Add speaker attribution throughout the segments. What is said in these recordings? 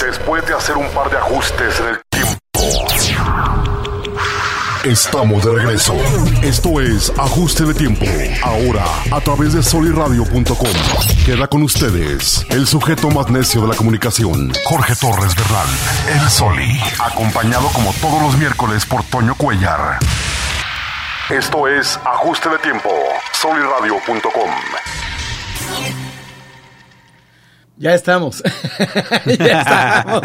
Speaker 1: Después de hacer un par de ajustes en el tiempo. Estamos de regreso. Esto es Ajuste de Tiempo. Ahora, a través de soliradio.com. Queda con ustedes el sujeto más necio de la comunicación, Jorge Torres Bernal, el Soli. Acompañado como todos los miércoles por Toño Cuellar. Esto es Ajuste de Tiempo, soliradio.com.
Speaker 2: Ya estamos. ya estamos.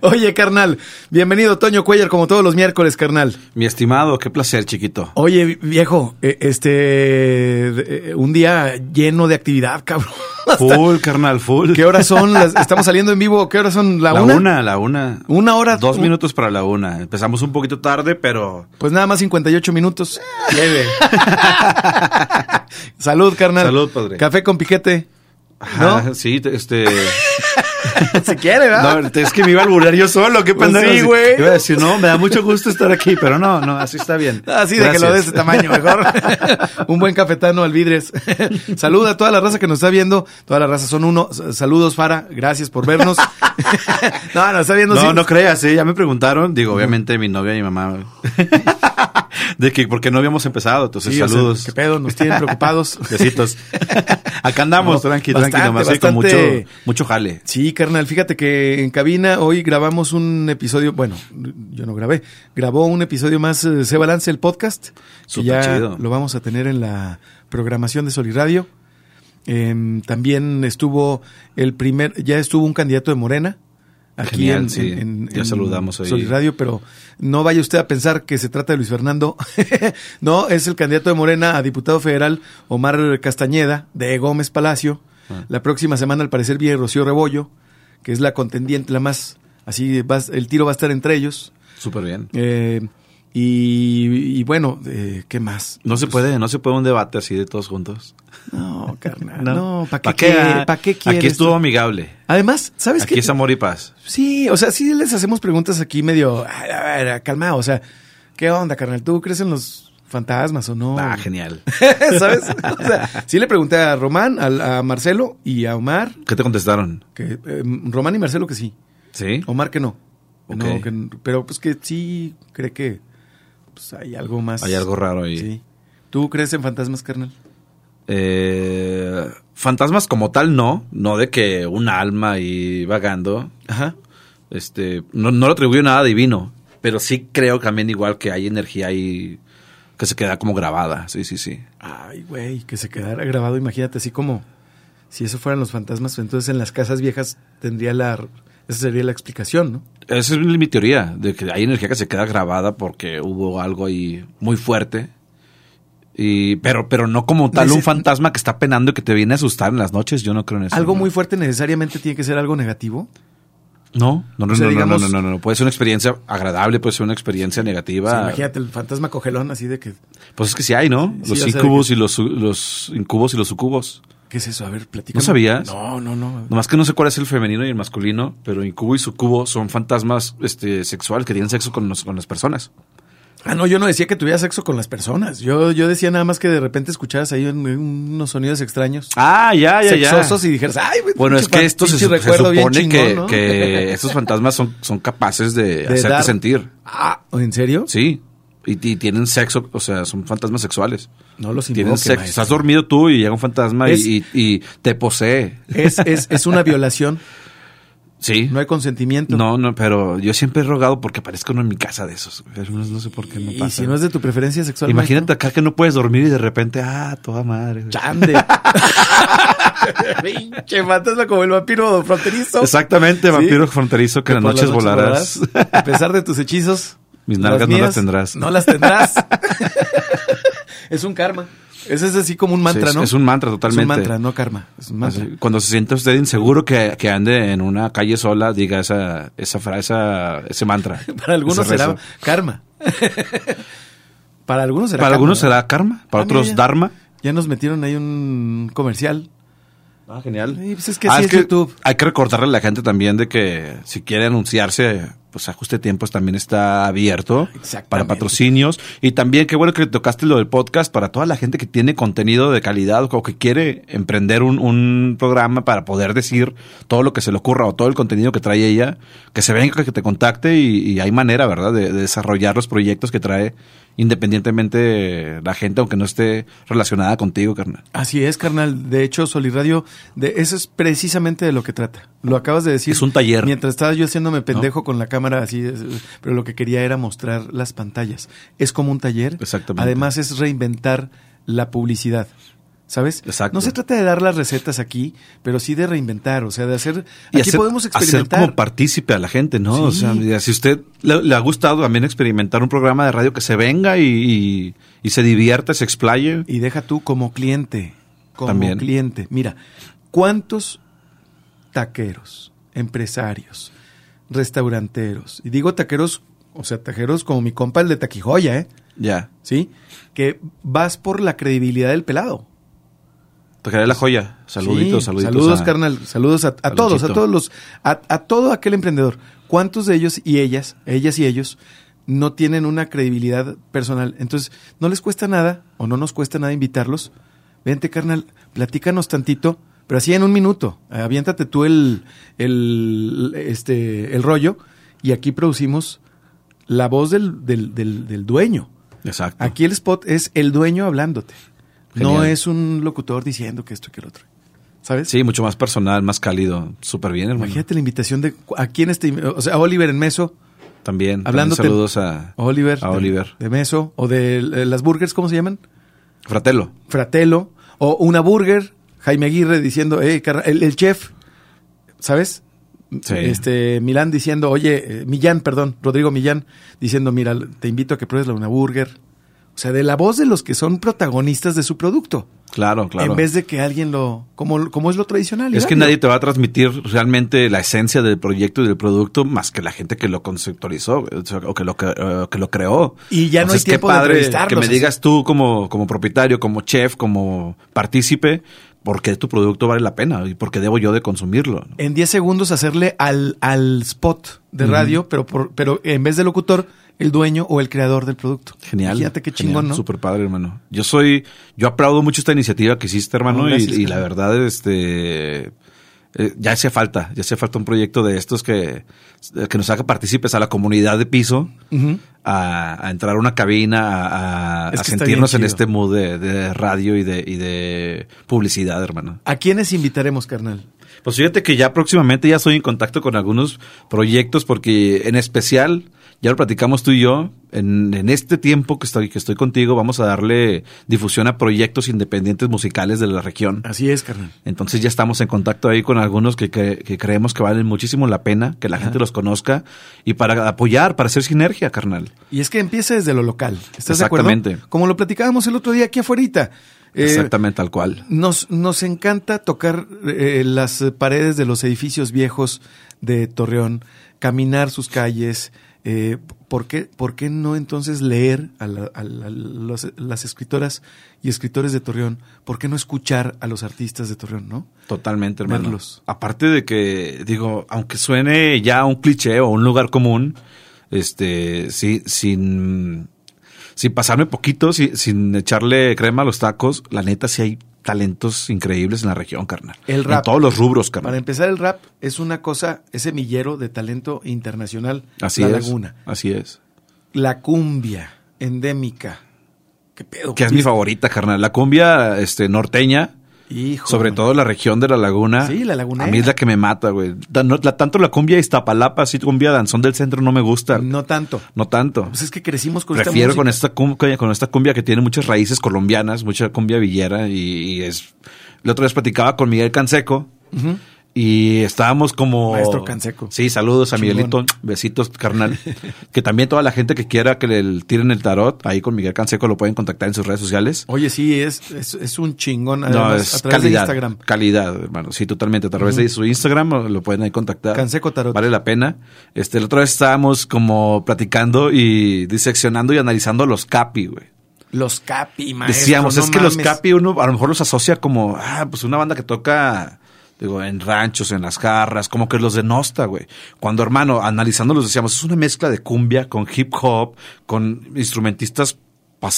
Speaker 2: Oye, carnal, bienvenido Toño Cuellar, como todos los miércoles, carnal.
Speaker 3: Mi estimado, qué placer, chiquito.
Speaker 2: Oye, viejo, e, este, un día lleno de actividad, cabrón.
Speaker 3: Full, carnal, full.
Speaker 2: ¿Qué horas son? Las, estamos saliendo en vivo. ¿Qué horas son?
Speaker 3: ¿La, la una? una? La una.
Speaker 2: Una hora.
Speaker 3: Dos minutos para la una. Empezamos un poquito tarde, pero.
Speaker 2: Pues nada más 58 minutos. Leve. Salud, carnal.
Speaker 3: Salud, padre.
Speaker 2: Café con piquete.
Speaker 3: Ajá, ¿No? Sí, este.
Speaker 2: Se quiere, ¿verdad?
Speaker 3: No, es que me iba a alburar yo solo, qué pendejo.
Speaker 2: Sí, güey.
Speaker 3: Iba a decir, no, me da mucho gusto estar aquí, pero no, no, así está bien.
Speaker 2: Así Gracias. de que lo de ese tamaño, mejor. Un buen cafetano al vidres. Saluda a toda la raza que nos está viendo. Toda la raza son uno. Saludos, Fara. Gracias por vernos.
Speaker 3: no, nos está viendo. No, sin... no creas, ¿eh? ya me preguntaron. Digo, obviamente mi novia y mi mamá. de que porque no habíamos empezado,
Speaker 2: pues,
Speaker 3: entonces sí, saludos. O
Speaker 2: sea, ¿Qué pedo? Nos tienen preocupados.
Speaker 3: Besitos. Acá andamos, no, tranqui, bastante, tranqui, nomás bastante... con mucho, mucho jale.
Speaker 2: Sí, carnal, fíjate que en cabina hoy grabamos un episodio, bueno, yo no grabé, grabó un episodio más eh, Se Balance el podcast, que ya chido. lo vamos a tener en la programación de Soliradio. Eh, también estuvo el primer, ya estuvo un candidato de Morena, aquí
Speaker 3: Ah, Genial,
Speaker 2: en,
Speaker 3: sí. en, en, ya saludamos ahí.
Speaker 2: Sol Radio, pero no vaya usted a pensar que se trata de Luis Fernando. no, es el candidato de Morena a diputado federal Omar Castañeda de Gómez Palacio. Ah. La próxima semana, al parecer, viene Rocío Rebollo, que es la contendiente, la más. Así, va, el tiro va a estar entre ellos.
Speaker 3: Súper bien.
Speaker 2: Eh, y, y, bueno, eh, ¿qué más?
Speaker 3: No se puede, no se puede un debate así de todos juntos.
Speaker 2: No, carnal. No, Ah, no ¿para qué, ¿Pa qué, Pues ¿pa qué
Speaker 3: Aquí estuvo esto? amigable.
Speaker 2: Además, ¿sabes
Speaker 3: aquí
Speaker 2: qué?
Speaker 3: es amor y paz.
Speaker 2: Sí, o sea, sí les hacemos preguntas aquí medio, a ver, calmado, o sea, ¿qué onda, carnal? ¿Tú crees en los fantasmas o no?
Speaker 3: Ah, genial.
Speaker 2: ¿Sabes? O sea, sí le pregunté a Román, a, a Marcelo y a Omar.
Speaker 3: ¿Qué te contestaron?
Speaker 2: Que, eh, Román y Marcelo que sí.
Speaker 3: ¿Sí?
Speaker 2: Omar que no.
Speaker 3: Okay.
Speaker 2: No, que, pero pues que sí cree que pues hay algo más.
Speaker 3: Hay algo raro ahí.
Speaker 2: Sí. ¿Tú crees en fantasmas, carnal?
Speaker 3: Eh, fantasmas como tal, no. No de que un alma y vagando.
Speaker 2: Ajá.
Speaker 3: Este, no, no lo atribuyo nada divino. Pero sí creo también igual que hay energía ahí que se queda como grabada. Sí, sí, sí.
Speaker 2: Ay, güey, que se quedara grabado. Imagínate, así como si eso fueran los fantasmas, pues entonces en las casas viejas tendría la... Esa sería la explicación, ¿no?
Speaker 3: Esa es mi teoría, de que hay energía que se queda grabada porque hubo algo ahí muy fuerte. Y, pero, pero no como tal Neces un fantasma que está penando y que te viene a asustar en las noches, yo no creo en eso.
Speaker 2: ¿Algo
Speaker 3: no.
Speaker 2: muy fuerte necesariamente tiene que ser algo negativo?
Speaker 3: No, no, no, o sea, no, digamos, no, no, no, no, puede ser una experiencia agradable, puede ser una experiencia negativa.
Speaker 2: O sea, imagínate el fantasma cogelón así de que...
Speaker 3: Pues es que sí hay, ¿no? Sí, los sí, incubos que... y los, los incubos y los sucubos.
Speaker 2: ¿Qué es eso? A ver, platícame.
Speaker 3: ¿No sabías?
Speaker 2: No, no, no.
Speaker 3: Nomás que no sé cuál es el femenino y el masculino, pero incubo y sucubo son fantasmas este, sexuales que tienen sexo con, los, con las personas.
Speaker 2: Ah, no, yo no decía que tuviera sexo con las personas. Yo, yo decía nada más que de repente escucharas ahí unos sonidos extraños.
Speaker 3: Ah, ya, ya,
Speaker 2: sexosos
Speaker 3: ya.
Speaker 2: Sexosos y dijeras, ay, güey.
Speaker 3: Bueno, es que esto se, se, supone chingón, que, ¿no? que estos fantasmas son, son capaces de, de hacerte dar... sentir.
Speaker 2: Ah, ¿en serio?
Speaker 3: Sí. Y, y, tienen sexo, o sea, son fantasmas sexuales.
Speaker 2: No los
Speaker 3: invoque, Tienen sexo. Maestro. Estás dormido tú y llega un fantasma es, y, y, te posee.
Speaker 2: Es, es, es, una violación.
Speaker 3: Sí.
Speaker 2: No hay consentimiento.
Speaker 3: No, no, pero yo siempre he rogado porque aparezca uno en mi casa de esos. No, no sé por qué no pasa.
Speaker 2: Y si no es de tu preferencia sexual.
Speaker 3: Imagínate maestro? acá que no puedes dormir y de repente, ah, toda madre.
Speaker 2: Chande. Pinche fantasma como el vampiro fronterizo.
Speaker 3: Exactamente, vampiro ¿Sí? fronterizo que, en las noches volarás. volarás.
Speaker 2: A pesar de tus hechizos.
Speaker 3: Mis nalgas las mías, no las tendrás.
Speaker 2: No las tendrás. es un karma. Ese es así como un mantra,
Speaker 3: sí, es,
Speaker 2: ¿no?
Speaker 3: Es un mantra totalmente.
Speaker 2: Es un mantra, no karma. Es un mantra. Así,
Speaker 3: cuando se sienta usted inseguro que, que, ande en una calle sola, diga esa, esa frase, ese mantra.
Speaker 2: Para algunos será karma. Para algunos será
Speaker 3: Para karma, algunos ¿no? será karma, para ah, otros
Speaker 2: ya,
Speaker 3: dharma.
Speaker 2: Ya nos metieron ahí un comercial.
Speaker 3: Ah, genial.
Speaker 2: Sí, pues es que ah, así es, es que YouTube.
Speaker 3: Hay que recordarle a la gente también de que si quiere anunciarse pues Ajuste de Tiempos también está abierto para patrocinios. Y también qué bueno que tocaste lo del podcast para toda la gente que tiene contenido de calidad o que quiere emprender un, un programa para poder decir todo lo que se le ocurra o todo el contenido que trae ella, que se venga, que te contacte y, y hay manera, ¿verdad?, de, de desarrollar los proyectos que trae independientemente la gente, aunque no esté relacionada contigo, carnal.
Speaker 2: Así es, carnal. De hecho, Soliradio, de eso es precisamente de lo que trata. Lo acabas de decir.
Speaker 3: Es un taller.
Speaker 2: Mientras estaba yo haciéndome pendejo ¿No? con la cámara, así, es, pero lo que quería era mostrar las pantallas. Es como un taller.
Speaker 3: Exactamente.
Speaker 2: Además, es reinventar la publicidad. ¿Sabes?
Speaker 3: Exacto.
Speaker 2: No se trata de dar las recetas aquí, pero sí de reinventar, o sea, de hacer. Y aquí hacer, podemos experimentar.
Speaker 3: Hacer como partícipe a la gente, ¿no? Sí. O sea, mira, si usted le, le, ha gustado también experimentar un programa de radio que se venga y, y, y se divierta, se explaye.
Speaker 2: Y deja tú como cliente. Como también. cliente. Mira, ¿cuántos taqueros, empresarios, restauranteros? Y digo taqueros, o sea, taqueros como mi compa el de Taquijoya, ¿eh?
Speaker 3: Ya.
Speaker 2: ¿Sí? Que vas por la credibilidad del pelado.
Speaker 3: Tocaré la joya. Saluditos, sí, saluditos.
Speaker 2: Saludos, a, carnal. Saludos a, a, a todos, a todos los, a, todo aquel emprendedor. ¿Cuántos de ellos y ellas, ellas y ellos, no tienen una credibilidad personal? Entonces, no les cuesta nada o no nos cuesta nada invitarlos. Vente, carnal, platícanos tantito, pero así en un minuto. Eh, Aviéntate tú el, el, este, el rollo y aquí producimos la voz del, del, del, del dueño.
Speaker 3: Exacto.
Speaker 2: Aquí el spot es el dueño hablándote. Genial. No es un locutor diciendo que esto y que el otro. ¿Sabes?
Speaker 3: Sí, mucho más personal, más cálido. Súper bien, hermano.
Speaker 2: Imagínate la invitación de. ¿A quién este? O sea, a Oliver en Meso.
Speaker 3: También.
Speaker 2: Hablando.
Speaker 3: Saludos a
Speaker 2: Oliver.
Speaker 3: A Oliver.
Speaker 2: De, de, Meso. O de eh, las burgers, ¿cómo se llaman?
Speaker 3: Fratello.
Speaker 2: Fratello. O una burger. Jaime Aguirre diciendo, eh, el, el, chef. ¿Sabes?
Speaker 3: Sí.
Speaker 2: Este, Milán diciendo, oye, eh, Millán, perdón, Rodrigo Millán, diciendo, mira, te invito a que pruebes la una burger. O sea, de la voz de los que son protagonistas de su producto.
Speaker 3: Claro, claro.
Speaker 2: En vez de que alguien lo. como, como es lo tradicional.
Speaker 3: Es ¿verdad? que nadie te va a transmitir realmente la esencia del proyecto y del producto más que la gente que lo conceptualizó o que lo, que, o que lo creó.
Speaker 2: Y ya Entonces, no hay tiempo
Speaker 3: qué padre
Speaker 2: de
Speaker 3: Que me digas tú como, como propietario, como chef, como partícipe, por qué tu producto vale la pena y por qué debo yo de consumirlo.
Speaker 2: En 10 segundos hacerle al, al spot de radio, uh -huh. pero, por, pero en vez de locutor el dueño o el creador del producto.
Speaker 3: Genial.
Speaker 2: Fíjate qué genial, chingón, ¿no?
Speaker 3: Súper padre, hermano. Yo soy, yo aplaudo mucho esta iniciativa que hiciste, hermano, no, gracias, y, y, la verdad, este, eh, ya hace falta, ya hace falta un proyecto de estos que, que nos haga partícipes a la comunidad de piso, uh -huh. a, a, entrar a una cabina, a, a sentirnos en este mood de, de radio y de, y de publicidad, hermano.
Speaker 2: ¿A quiénes invitaremos, carnal?
Speaker 3: Pues fíjate que ya próximamente ya estoy en contacto con algunos proyectos porque en especial ya lo platicamos tú y yo. En, en, este tiempo que estoy, que estoy contigo, vamos a darle difusión a proyectos independientes musicales de la región.
Speaker 2: Así es, carnal.
Speaker 3: Entonces ya estamos en contacto ahí con algunos que, que, que creemos que valen muchísimo la pena, que la Ajá. gente los conozca y para apoyar, para hacer sinergia, carnal.
Speaker 2: Y es que empieza desde lo local. ¿Estás Exactamente. De acuerdo? Como lo platicábamos el otro día aquí afuera.
Speaker 3: Eh, Exactamente, tal cual.
Speaker 2: Nos, nos encanta tocar eh, las paredes de los edificios viejos de Torreón, caminar sus calles, eh, ¿por, qué, ¿por, qué, no entonces leer a, la, a, la, a los, las escritoras y escritores de Torreón? ¿Por qué no escuchar a los artistas de Torreón, no?
Speaker 3: Totalmente, hermano. Verlos. Aparte de que, digo, aunque suene ya un cliché o un lugar común, este, sí, sin, sin pasarme poquito, sin, sin echarle crema a los tacos, la neta sí hay talentos increíbles en la región, carnal.
Speaker 2: El rap.
Speaker 3: En todos los rubros, carnal.
Speaker 2: Para empezar, el rap es una cosa, es semillero de talento internacional.
Speaker 3: Así
Speaker 2: la
Speaker 3: es.
Speaker 2: Laguna.
Speaker 3: Así es.
Speaker 2: La cumbia endémica. ¿Qué pedo?
Speaker 3: Que es mi favorita, carnal. La cumbia este, norteña.
Speaker 2: Hijo,
Speaker 3: Sobre
Speaker 2: no.
Speaker 3: todo la región de la laguna.
Speaker 2: Sí, la laguna.
Speaker 3: A mí es la que me mata, güey. No, la, tanto la cumbia Iztapalapa, así cumbia danzón del centro no me gusta.
Speaker 2: No tanto.
Speaker 3: No tanto.
Speaker 2: Pues es que crecimos con
Speaker 3: Prefiero
Speaker 2: esta música.
Speaker 3: con esta cumbia, con esta cumbia que tiene muchas raíces colombianas, mucha cumbia villera y, y es... La otra vez platicaba con Miguel Canseco. Uh -huh. Y estábamos como.
Speaker 2: Maestro Canseco.
Speaker 3: Sí, saludos a Chimón. Miguelito. Besitos, carnal. que también toda la gente que quiera que le tiren el tarot, ahí con Miguel Canseco lo pueden contactar en sus redes sociales.
Speaker 2: Oye, sí, es, es, es un chingón. Además, no, es a través
Speaker 3: calidad,
Speaker 2: de Instagram.
Speaker 3: Calidad, hermano. Sí, totalmente. A través uh -huh. de su Instagram lo pueden ahí contactar.
Speaker 2: Canseco Tarot.
Speaker 3: Vale la pena. Este, la otra vez estábamos como platicando y diseccionando y analizando los capi, güey.
Speaker 2: Los capi, maestro.
Speaker 3: Decíamos,
Speaker 2: no
Speaker 3: es
Speaker 2: mames.
Speaker 3: que los capi uno a lo mejor los asocia como, ah, pues una banda que toca digo, en ranchos, en las jarras, como que los denosta, güey. Cuando, hermano, analizándolos decíamos, es una mezcla de cumbia con hip hop, con instrumentistas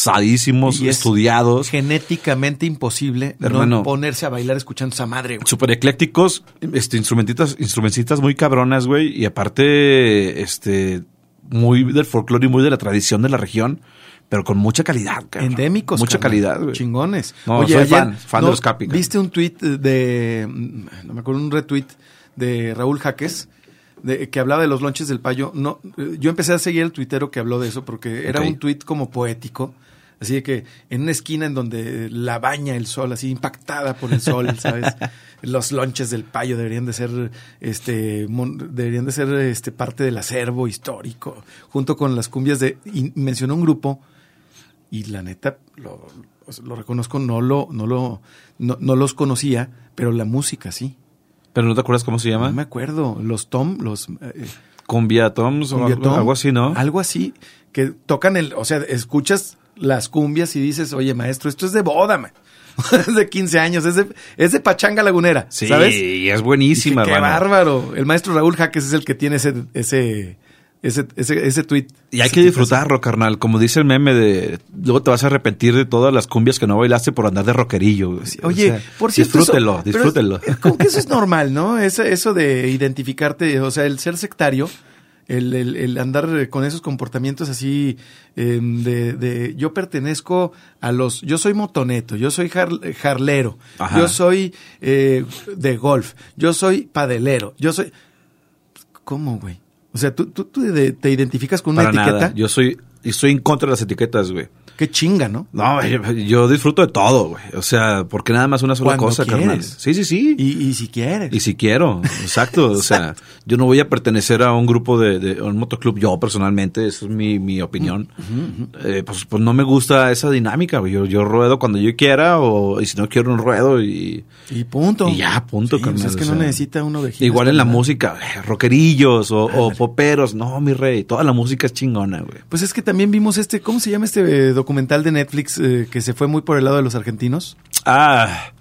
Speaker 3: pasadísimos,
Speaker 2: Y es
Speaker 3: estudiados.
Speaker 2: Genéticamente imposible no
Speaker 3: Hermano.
Speaker 2: ponerse a bailar escuchando esa madre, güey.
Speaker 3: Super eclécticos, este, instrumentistas, instrumentistas muy cabronas, güey, y aparte, este, muy del folclore y muy de la tradición de la región, pero con mucha calidad, cabrón.
Speaker 2: Endémicos.
Speaker 3: Mucha
Speaker 2: carnal.
Speaker 3: calidad, güey.
Speaker 2: Chingones.
Speaker 3: No, soy fan, fan de los Capi, cabrón.
Speaker 2: Viste un tweet de. No me acuerdo, un retweet de Raúl Jaques. de- que hablaba de los lonches del payo. No, eh, yo empecé a seguir el tuitero que habló de eso porque era
Speaker 3: Ok.
Speaker 2: un tuit como poético. Así de que en una esquina en donde la baña el sol, así impactada por el sol, ¿sabes? Los lonches del payo deberían de ser, este, mon- deberían de ser este, parte del acervo histórico, junto con las cumbias de. Y mencionó un grupo y la neta lo, lo reconozco no lo no lo no, no los conocía pero la música sí
Speaker 3: Pero no te acuerdas cómo se llama?
Speaker 2: no me acuerdo los tom los eh,
Speaker 3: Cumbia Toms o
Speaker 2: cumbia
Speaker 3: algo,
Speaker 2: tom,
Speaker 3: algo así, ¿no?
Speaker 2: algo así que tocan el o sea escuchas las cumbias y dices oye maestro esto es de boda man. es de 15 años es de es de pachanga lagunera
Speaker 3: Sí,
Speaker 2: sabes
Speaker 3: y es
Speaker 2: Dije,
Speaker 3: buenísima,
Speaker 2: qué
Speaker 3: hermano.
Speaker 2: bárbaro el maestro Raúl Jaques es el que tiene ese ese ese ese, ese tweet
Speaker 3: Y hay
Speaker 2: Ese
Speaker 3: que
Speaker 2: tuitazo.
Speaker 3: disfrutarlo, carnal. Como dice el meme de luego te vas a arrepentir de todas las cumbias que no bailaste por andar de rockerillo. güey.
Speaker 2: Pues Sí,
Speaker 3: O
Speaker 2: Oye,
Speaker 3: sea,
Speaker 2: por cierto.
Speaker 3: Disfrútelo,
Speaker 2: eso- pero
Speaker 3: disfrútelo.
Speaker 2: es- como que eso es normal, ¿no? Eso, eso de identificarte, o sea, el ser sectario, el, el- el andar con esos comportamientos así eh, de, de yo pertenezco a los. Yo soy motoneto, yo soy jar- jarlero,
Speaker 3: Ajá.
Speaker 2: yo soy eh, de golf, yo soy padelero, yo soy. ¿Cómo, güey? O sea, tú, tú- tú de- te identificas con una
Speaker 3: Para
Speaker 2: etiqueta.
Speaker 3: nada. Yo soy, y estoy en contra de las etiquetas, güey.
Speaker 2: Qué chinga, ¿no?
Speaker 3: No, yo, yo disfruto de todo, güey. O sea, porque nada más una sola
Speaker 2: Cuando
Speaker 3: cosa, carnal.
Speaker 2: quieres.
Speaker 3: Sí, sí, sí.
Speaker 2: Y, y si quieres.
Speaker 3: Y si quiero, exacto. O sea, yo no voy a pertenecer a un grupo de, de- a un motoclub, yo personalmente, esa es mi, mi opinión. Eh, pues, pues no me gusta esa dinámica. güey. Yo, yo ruedo cuando yo quiera, o y si no quiero un ruedo y.
Speaker 2: Y punto.
Speaker 3: Y ya, punto,
Speaker 2: Sí, pues
Speaker 3: carnal,
Speaker 2: es que no
Speaker 3: o sea.
Speaker 2: necesita uno de giras,
Speaker 3: Igual en la
Speaker 2: carnal.
Speaker 3: música, eh, rockerillos o, o poperos. No, mi rey, toda la música es chingona, güey.
Speaker 2: Pues es que también vimos este, ¿cómo se llama este eh, documental de Netflix eh, que se fue muy por el lado de los argentinos?
Speaker 3: Ah,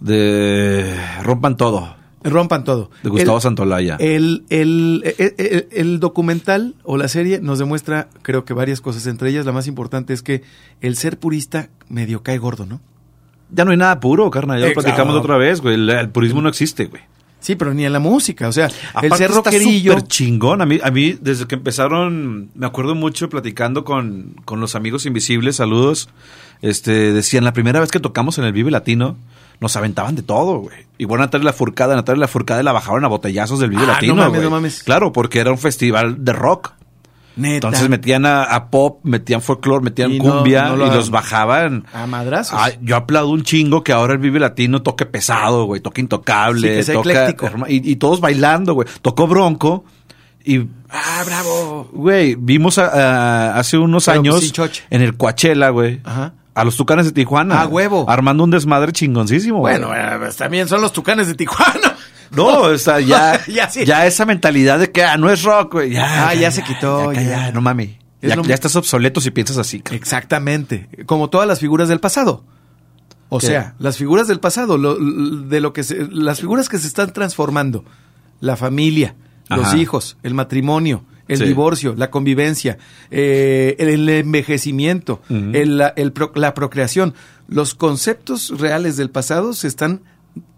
Speaker 3: de. Rompan todo,
Speaker 2: Rompan todo.
Speaker 3: de Gustavo
Speaker 2: el, eh,
Speaker 3: Santolaya.
Speaker 2: el, el, el- el- el documental o la serie nos demuestra, creo que varias cosas. Entre ellas, la más importante es que el ser purista medio cae gordo, ¿no?
Speaker 3: ya no hay nada puro, carnal. Ya lo
Speaker 2: Exacto.
Speaker 3: platicamos la otra vez, güey. El, el purismo no existe, güey.
Speaker 2: Sí, pero ni en la música. O sea, el
Speaker 3: Aparte
Speaker 2: ser
Speaker 3: está
Speaker 2: rockerillo.
Speaker 3: súper chingón. A mí, a mí, desde que empezaron, me acuerdo mucho platicando con, con los amigos invisibles, saludos. Este, decían, la primera vez que tocamos en el Vive Latino, nos aventaban de todo, güey. Igual Natalia La Furcada, Natalia La Furcada la bajaron a botellazos del Vive
Speaker 2: Ah, no
Speaker 3: Latino,
Speaker 2: mames,
Speaker 3: güey.
Speaker 2: no mames.
Speaker 3: Claro, porque era un festival de rock.
Speaker 2: Neta.
Speaker 3: Entonces metían a, a pop, metían folclore, metían
Speaker 2: Y no-
Speaker 3: cumbia
Speaker 2: no lo
Speaker 3: y
Speaker 2: hagan.
Speaker 3: los bajaban.
Speaker 2: A madrazos.
Speaker 3: Ah, yo aplaudo un chingo que ahora el Vive Latino toque pesado, güey, toque intocable,
Speaker 2: Sí, que sea
Speaker 3: toca
Speaker 2: ecléctico.
Speaker 3: herma- y, y todos bailando, güey. Tocó Bronco y
Speaker 2: ¡Ah, bravo!
Speaker 3: güey, vimos a- a- hace unos
Speaker 2: Pero,
Speaker 3: años
Speaker 2: pues, sí, choche.
Speaker 3: en el Coachella, güey.
Speaker 2: Ajá.
Speaker 3: A los Tucanes de Tijuana.
Speaker 2: Ah, huevo.
Speaker 3: Armando un desmadre chingoncísimo. güey.
Speaker 2: Bueno, eh, pues también son los tucanes de Tijuana.
Speaker 3: No, o sea, ya,
Speaker 2: Ya sí.
Speaker 3: ya esa mentalidad de que ah, no es rock, güey. Ya,
Speaker 2: Ah, ya se quitó,
Speaker 3: Ya,
Speaker 2: ya.
Speaker 3: ya, no mami.
Speaker 2: Es
Speaker 3: Ya,
Speaker 2: lo-
Speaker 3: ya estás obsoleto si piensas así. cabrón.
Speaker 2: Exactamente, como todas las figuras del pasado. O
Speaker 3: ¿Qué?
Speaker 2: sea, las figuras del pasado, lo- l- de lo que se- las figuras que se están transformando, la familia, los
Speaker 3: Ajá.
Speaker 2: hijos, el matrimonio, el
Speaker 3: Sí.
Speaker 2: divorcio, la convivencia, eh, el, el envejecimiento,
Speaker 3: Ujú.
Speaker 2: el- la, el pro- la procreación, los conceptos reales del pasado se están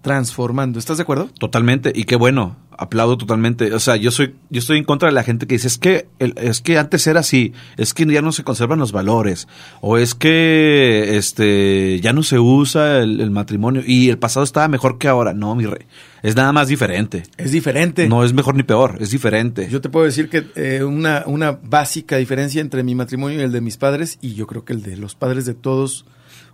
Speaker 2: transformando. ¿Estás de acuerdo?
Speaker 3: Totalmente, y qué bueno, aplaudo totalmente. O sea, yo soy, yo estoy en contra de la gente que dice es que el- es que antes era así, es que ya no se conservan los valores, o es que este ya no se usa el, el matrimonio, y el pasado estaba mejor que ahora. No, mi rey. Es nada más diferente.
Speaker 2: Es diferente.
Speaker 3: No es mejor ni peor, es diferente.
Speaker 2: Yo te puedo decir que eh, una, una básica diferencia entre mi matrimonio y el de mis padres, y yo creo que el de los padres de todos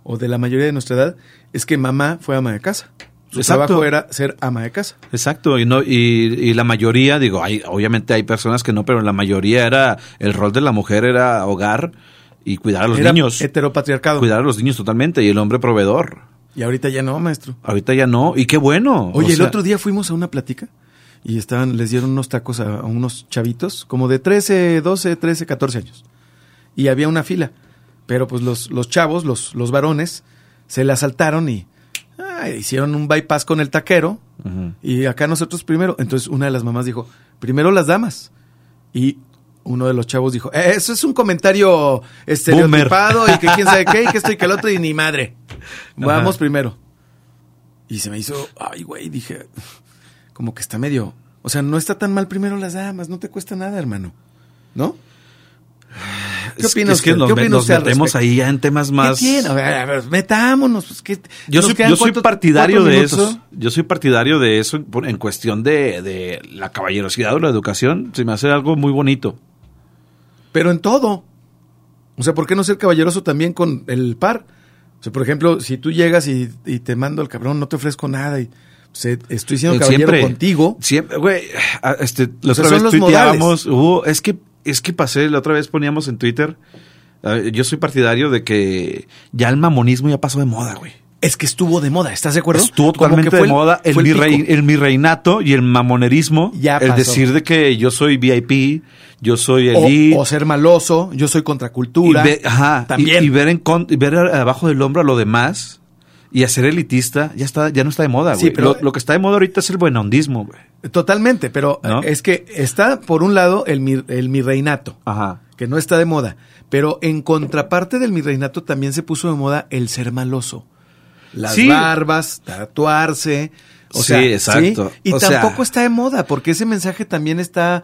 Speaker 2: o de la mayoría de nuestra edad, es que mamá fue ama de casa. Su
Speaker 3: Exacto.
Speaker 2: trabajo era ser ama de casa.
Speaker 3: Exacto, y no, y, y la mayoría, digo, hay, obviamente hay personas que no, pero la mayoría era, el rol de la mujer era hogar y cuidar a los
Speaker 2: era
Speaker 3: niños.
Speaker 2: Heteropatriarcado.
Speaker 3: Cuidar a los niños totalmente, y el hombre proveedor.
Speaker 2: Y ahorita ya no, maestro.
Speaker 3: Ahorita ya no, y qué bueno.
Speaker 2: Oye,
Speaker 3: O sea,
Speaker 2: el otro día fuimos a una plática y estaban, les dieron unos tacos a, a unos chavitos, como de 13, 12, 13, 14 años. Y había una fila. Pero pues los, los chavos, los, los varones, se la saltaron y. "Ah, ah, hicieron un bypass con el taquero uh -huh. y acá nosotros primero. Entonces una de las mamás dijo, primero las damas. Y uno de los chavos dijo, eh, eso es un comentario estereotipado Boomer. y que quién sabe qué, y que esto y que el otro y ni madre. Vamos Ajá. primero. Y se me hizo, ay güey, dije, como que está medio, o sea, no está tan mal primero las damas, no te cuesta nada, hermano. ¿No?
Speaker 3: ¿Qué opinas? Es que nos, ¿Qué nos metemos ahí ya en temas más.
Speaker 2: ¿Qué a ver, a ver, metámonos. Pues, ¿qué?
Speaker 3: Yo soy, yo soy partidario de eso. Yo soy partidario de eso en cuestión de, de la caballerosidad o la educación. Se me hace algo muy bonito.
Speaker 2: Pero en todo. O sea, ¿por qué no ser caballeroso también con el par? O sea, por ejemplo, si tú llegas y, y te mando al cabrón, no te ofrezco nada y pues, eh, estoy siendo el caballero
Speaker 3: Eh, siempre,
Speaker 2: contigo.
Speaker 3: Siempre, güey, este, la o sea, otra vez los tuiteábamos, uh, es que es que pasé, la otra vez poníamos en Twitter, uh, yo soy partidario de que ya el mamonismo ya pasó de moda, güey.
Speaker 2: Es que estuvo de moda, ¿estás de acuerdo?
Speaker 3: Estuvo totalmente de el, moda el, mi rey, el, mi reinato y el mamonerismo. Ya el pasó. decir de que yo soy VIP, yo soy elite.
Speaker 2: O, o ser maloso, yo soy contracultura.
Speaker 3: Y ve, ajá, también. Y, y ver, en, y ver abajo del hombro a lo demás y a ser elitista ya está ya no está de moda, güey. Sí, pero lo, lo, que está de moda ahorita es el buenondismo, güey.
Speaker 2: Totalmente, pero ¿No? es que está por un lado el mi, el mi reinato, Ajá. que no está de moda, pero en contraparte del mi reinato también se puso de moda el ser maloso. Las sí. barbas, tatuarse, o sí, sea, exacto. ¿sí? y o tampoco sea... está de moda porque ese mensaje también está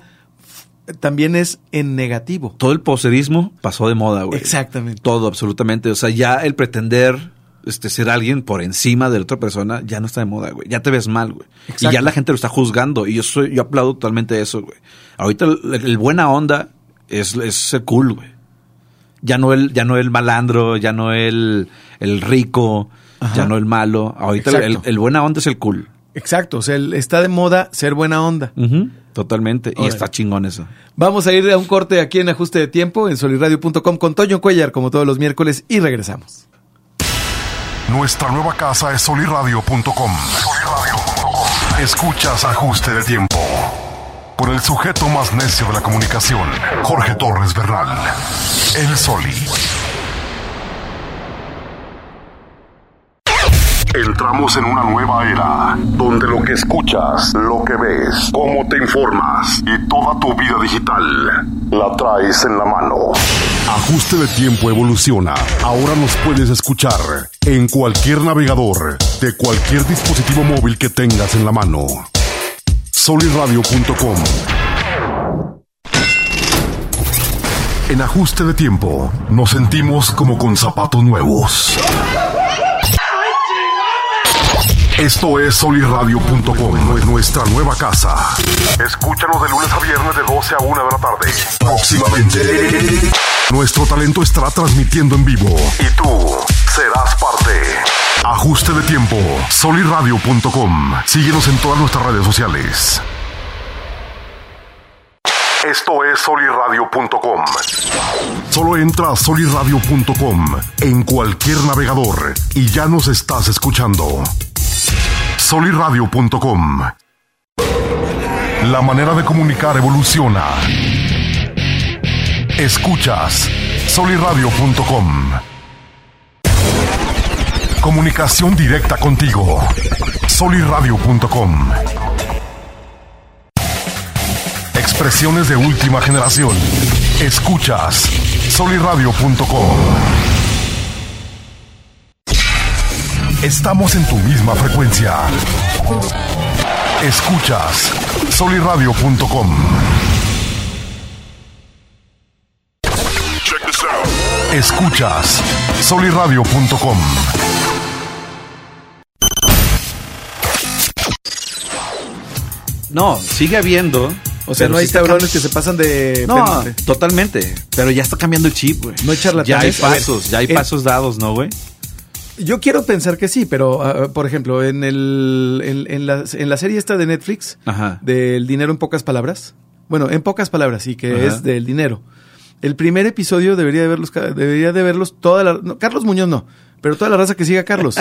Speaker 2: también es en negativo.
Speaker 3: Todo el poserismo pasó de moda, güey.
Speaker 2: Exactamente.
Speaker 3: Todo, absolutamente. O sea, ya el pretender este, ser alguien por encima de la otra persona ya no está de moda, güey. Ya te ves mal, güey. Exacto. Y ya la gente lo está juzgando. Y yo soy, yo aplaudo totalmente eso, güey. Ahorita el, el buena onda es, es cool, güey. Ya no el, ya no el malandro, ya no el, el rico, Ajá. ya no el malo. Ahorita el, el, buena onda es el cool.
Speaker 2: Exacto, o sea, está de moda ser buena onda.
Speaker 3: Uh -huh. Totalmente, Órale. y está chingón eso.
Speaker 2: Vamos a ir a un corte aquí en Ajuste de Tiempo, en soliradio.com con Toño Cuellar, como todos los miércoles, y regresamos.
Speaker 1: Nuestra nueva casa es soliradio.com. Escuchas ajuste de tiempo. Por el sujeto más necio de la comunicación, Jorge Torres Bernal. El Soli. Entramos en una nueva era, donde lo que escuchas, lo que ves, cómo te informas y toda tu vida digital la traes en la mano. Ajuste de tiempo evoluciona. Ahora nos puedes escuchar en cualquier navegador, de cualquier dispositivo móvil que tengas en la mano. Soliradio.com En ajuste de tiempo, nos sentimos como con zapatos nuevos. Esto es solirradio.com, nuestra nueva casa. Escúchanos de lunes a viernes de 12 a 1 de la tarde. Próximamente. Nuestro talento estará transmitiendo en vivo. Y tú serás parte. Ajuste de tiempo. Solirradio.com. Síguenos en todas nuestras redes sociales. Esto es solirradio.com. Solo entra a solirradio.com en cualquier navegador y ya nos estás escuchando soliradio.com. La manera de comunicar evoluciona. Escuchas soliradio.com. Comunicación directa contigo. soliradio.com. Expresiones de última generación. Escuchas soliradio.com. Estamos en tu misma frecuencia. Escuchas soliradio.com. Escuchas soliradio.com.
Speaker 3: No, sigue habiendo.
Speaker 2: O sea, no hay si cabrones que se pasan de.
Speaker 3: No, penante. totalmente. Pero ya está cambiando el chip, güey.
Speaker 2: No hay charlatanes.
Speaker 3: Ya hay pasos, ya hay eh, pasos dados, ¿no, güey?
Speaker 2: Yo quiero pensar que sí, pero uh, por ejemplo, en, el, en, en, la, en, la, serie esta de Netflix, Ajá. del dinero en pocas palabras, bueno, en pocas palabras, y que Ajá. es del dinero. El primer episodio debería de verlos, debería de verlos toda la... No, Carlos Muñoz no, pero toda la raza que siga a Carlos.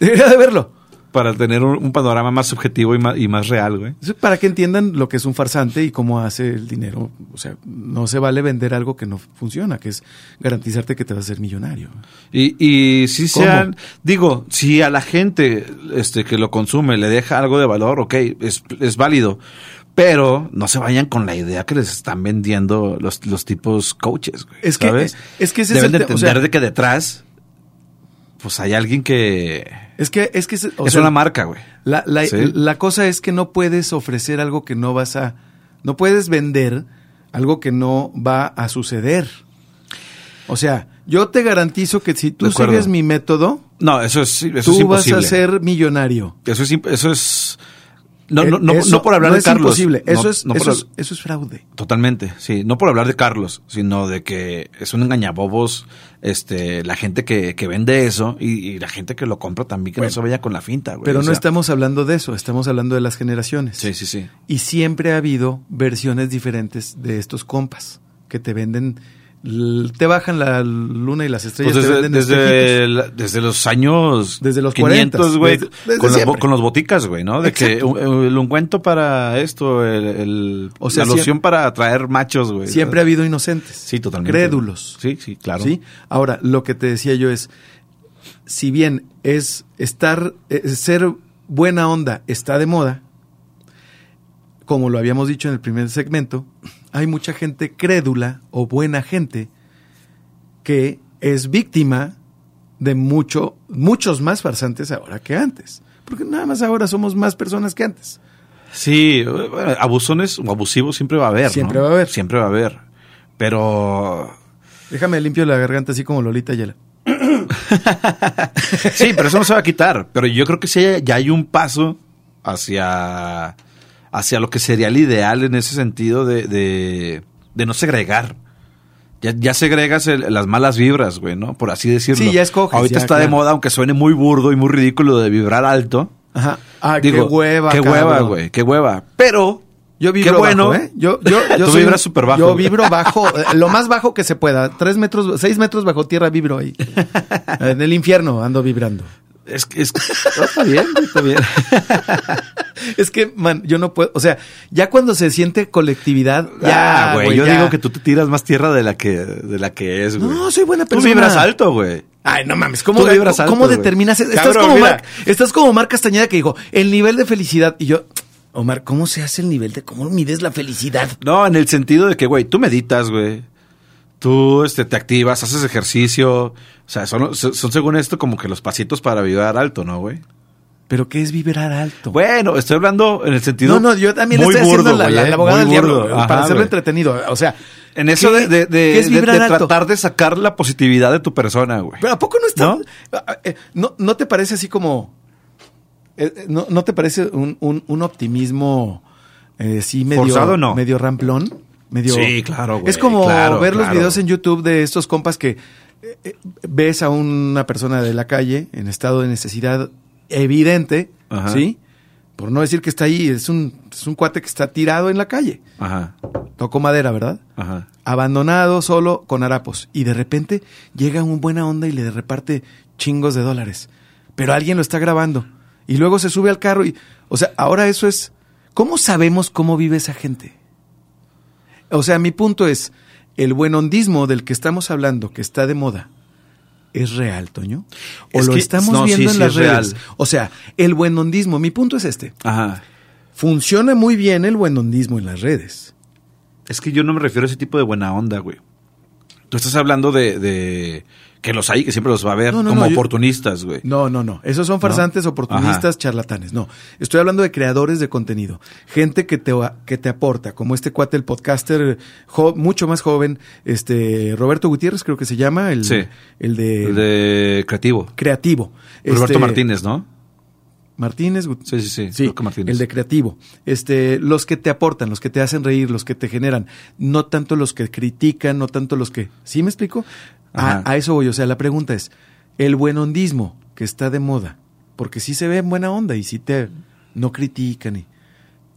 Speaker 2: debería de verlo.
Speaker 3: para tener un, un panorama más subjetivo y más, y más real, güey.
Speaker 2: Eso es Para que entiendan lo que es un farsante y cómo hace el dinero. O sea, no se vale vender algo que no funciona, que es garantizarte que te vas a ser millonario.
Speaker 3: Y, y si
Speaker 2: ¿Cómo?
Speaker 3: sean, digo, si a la gente este, que lo consume le deja algo de valor, ok, es, es válido. Pero no se vayan con la idea que les están vendiendo los, los tipos coaches, güey.
Speaker 2: Es que-
Speaker 3: ¿sabes?
Speaker 2: es que ese es
Speaker 3: Deben
Speaker 2: el
Speaker 3: de
Speaker 2: te- o sea-
Speaker 3: entender de que detrás, pues hay alguien que
Speaker 2: Es que es que o
Speaker 3: es
Speaker 2: sea,
Speaker 3: una marca, güey.
Speaker 2: La, la-
Speaker 3: Sí.
Speaker 2: la cosa es que no puedes ofrecer algo que no vas a. No puedes vender algo que no va a suceder. O sea, yo te garantizo que si tú
Speaker 3: De acuerdo.
Speaker 2: sigues mi método,
Speaker 3: No, eso es, eso es
Speaker 2: tú vas
Speaker 3: imposible.
Speaker 2: a ser millonario.
Speaker 3: Eso es, imp- eso es, no,
Speaker 2: Eh,
Speaker 3: no, no,
Speaker 2: eso
Speaker 3: no por hablar
Speaker 2: no
Speaker 3: de
Speaker 2: es
Speaker 3: Carlos.
Speaker 2: Imposible. Eso,
Speaker 3: No-
Speaker 2: es,
Speaker 3: no por
Speaker 2: eso,
Speaker 3: hab-
Speaker 2: es, eso es fraude.
Speaker 3: Totalmente, sí. No por hablar de Carlos, sino de que es un engañabobos este, la gente que, que vende eso y, y la gente que lo compra también, que no se vaya con la finta, güey.
Speaker 2: Pero
Speaker 3: Pues, O
Speaker 2: no
Speaker 3: sea,
Speaker 2: estamos hablando de eso, estamos hablando de las generaciones.
Speaker 3: Sí, sí, sí.
Speaker 2: Y siempre ha habido versiones diferentes de estos compas que te venden, l- te bajan la luna y las estrellas.
Speaker 3: Pues
Speaker 2: te
Speaker 3: desde,
Speaker 2: venden espejitos.
Speaker 3: desde, la- desde los años
Speaker 2: Desde los
Speaker 3: 500,
Speaker 2: 40,
Speaker 3: güey,
Speaker 2: desde- desde
Speaker 3: con, las bo-
Speaker 2: siempre.
Speaker 3: con los boticas, güey, ¿no? De que
Speaker 2: Exacto.
Speaker 3: un- el ungüento para esto, el, el-
Speaker 2: O sea,
Speaker 3: la loción para atraer machos, güey.
Speaker 2: Siempre ha habido inocentes.
Speaker 3: Pues, Sí, totalmente.
Speaker 2: Crédulos.
Speaker 3: Sí, sí, claro.
Speaker 2: ¿sí? Ahora, lo que te decía yo es, si bien es estar, eh, ser buena onda está de moda, como lo habíamos dicho en el primer segmento, hay mucha gente crédula o buena gente que es víctima de mucho, muchos más farsantes ahora que antes. Porque nada más ahora somos más personas que antes.
Speaker 3: Sí, bueno, abusones o abusivos siempre va a haber. ¿no?
Speaker 2: Siempre va a haber.
Speaker 3: Siempre va a haber. Pero.
Speaker 2: Déjame limpio la garganta así como Lolita Yela.
Speaker 3: Sí, pero eso no se va a quitar. Pero yo creo que sí, hay- ya hay un paso hacia. hacia lo que sería el ideal en ese sentido de. de, de no segregar. Ya, ya segregas el- las malas vibras, güey, ¿no? Por así decirlo.
Speaker 2: Sí, ya escoges,
Speaker 3: Ahorita
Speaker 2: ya,
Speaker 3: está de
Speaker 2: claro.
Speaker 3: moda, aunque suene muy burdo y muy ridículo de vibrar alto.
Speaker 2: Ajá. Ah,
Speaker 3: Digo,
Speaker 2: qué hueva.
Speaker 3: Qué
Speaker 2: cabrón.
Speaker 3: hueva, güey. Qué hueva. Pero.
Speaker 2: Yo vibro
Speaker 3: qué bueno,
Speaker 2: bajo, ¿eh? Yo, yo, yo
Speaker 3: Tú
Speaker 2: soy-
Speaker 3: vibras súper bajo.
Speaker 2: Yo
Speaker 3: güey.
Speaker 2: vibro bajo, eh, lo más bajo que se pueda. Tres metros, seis metros bajo tierra vibro ahí. En el infierno ando vibrando.
Speaker 3: Es que es- no, está bien, güey, está bien.
Speaker 2: Es que, man, yo no puedo. O sea, ya cuando se siente colectividad, ya,
Speaker 3: Ah, güey, yo
Speaker 2: ya.
Speaker 3: digo que tú te tiras más tierra de la que de la que es, güey.
Speaker 2: No, soy buena
Speaker 3: Tú
Speaker 2: persona.
Speaker 3: vibras alto, güey.
Speaker 2: Ay, no mames, ¿cómo,
Speaker 3: Tú vibras alto,
Speaker 2: ¿cómo
Speaker 3: güey.
Speaker 2: determinas? Estás,
Speaker 3: Cabrón,
Speaker 2: como
Speaker 3: mira.
Speaker 2: Mar, estás como Mar Castañeda que dijo, el nivel de felicidad. Y yo, Omar, ¿cómo se hace el nivel de, cómo mides la felicidad?
Speaker 3: No, en el sentido de que, güey, tú meditas, güey. Tú este, te activas, haces ejercicio. O sea, son, son según esto como que los pasitos para vibrar alto, ¿no, güey?
Speaker 2: Pero ¿qué es vibrar alto?
Speaker 3: Bueno, estoy hablando en el sentido.
Speaker 2: No, no, yo también
Speaker 3: muy
Speaker 2: estoy haciendo
Speaker 3: burdo,
Speaker 2: la,
Speaker 3: güey,
Speaker 2: la-
Speaker 3: ¿eh?
Speaker 2: la abogada
Speaker 3: Muy
Speaker 2: del diablo,
Speaker 3: burdo.
Speaker 2: para
Speaker 3: Ajá,
Speaker 2: hacerlo
Speaker 3: güey.
Speaker 2: entretenido. O sea,
Speaker 3: En eso
Speaker 2: ¿qué-
Speaker 3: de, de, de-
Speaker 2: qué es
Speaker 3: de- de
Speaker 2: vibrar alto?
Speaker 3: tratar de sacar la positividad de tu persona, güey.
Speaker 2: Pero ¿a poco no está?
Speaker 3: ¿No?
Speaker 2: Ah, eh, ¿No, no te parece así como... eh, eh, no, no te parece un, un- un optimismo eh, sí medio...
Speaker 3: ¿Forzado no?
Speaker 2: Medio ramplón. Medio,
Speaker 3: Sí, claro, güey,
Speaker 2: Es como
Speaker 3: claro,
Speaker 2: ver los
Speaker 3: claro.
Speaker 2: videos en YouTube de estos compas que eh, eh, ves a una persona de la calle en estado de necesidad evidente,
Speaker 3: Ajá.
Speaker 2: ¿sí? Por no decir que está ahí, es un, es un cuate que está tirado en la calle.
Speaker 3: Ajá,
Speaker 2: Tocó madera, ¿verdad?
Speaker 3: ajá.
Speaker 2: abandonado, solo, con harapos. Y de repente llega un buena onda y le reparte chingos de dólares. Pero alguien lo está grabando. Y luego se sube al carro y... O sea, ahora eso es... ¿Cómo sabemos cómo vive esa gente? O sea, mi punto es, el buen hondismo del que estamos hablando, que está de moda, ¿es real, Toño? ¿O
Speaker 3: Es
Speaker 2: lo
Speaker 3: que-
Speaker 2: estamos
Speaker 3: no, sí,
Speaker 2: viendo en
Speaker 3: sí
Speaker 2: las
Speaker 3: es
Speaker 2: redes?
Speaker 3: real.
Speaker 2: O sea, el buen hondismo, mi punto es este.
Speaker 3: Ajá.
Speaker 2: Funciona muy bien el buen hondismo en las redes.
Speaker 3: Es que yo no me refiero a ese tipo de buena onda, güey. Tú estás hablando de, de que los hay, que siempre los va a haber,
Speaker 2: No, no,
Speaker 3: como
Speaker 2: no, yo-
Speaker 3: oportunistas, güey.
Speaker 2: No, no, no. Esos son farsantes,
Speaker 3: ¿No?
Speaker 2: oportunistas, charlatanes. No. Estoy hablando de creadores de contenido. Gente que te, que te aporta, como este cuate, el podcaster jo- mucho más joven, este Roberto Gutiérrez, creo que se llama, el,
Speaker 3: Sí.
Speaker 2: el de,
Speaker 3: El de creativo.
Speaker 2: creativo. Eh, Este,
Speaker 3: Roberto Martínez, ¿no?
Speaker 2: Martínez, Gut-
Speaker 3: Sí, sí, sí, Roberto Martínez.
Speaker 2: el de creativo. Este, los que te aportan, los que te hacen reír, los que te generan, no tanto los que critican, no tanto los que. ¿Sí me explico?
Speaker 3: Ajá.
Speaker 2: A, a eso voy. O sea, la pregunta es: el buen hondismo que está de moda, porque sí se ve en buena onda y sí te no critican, y-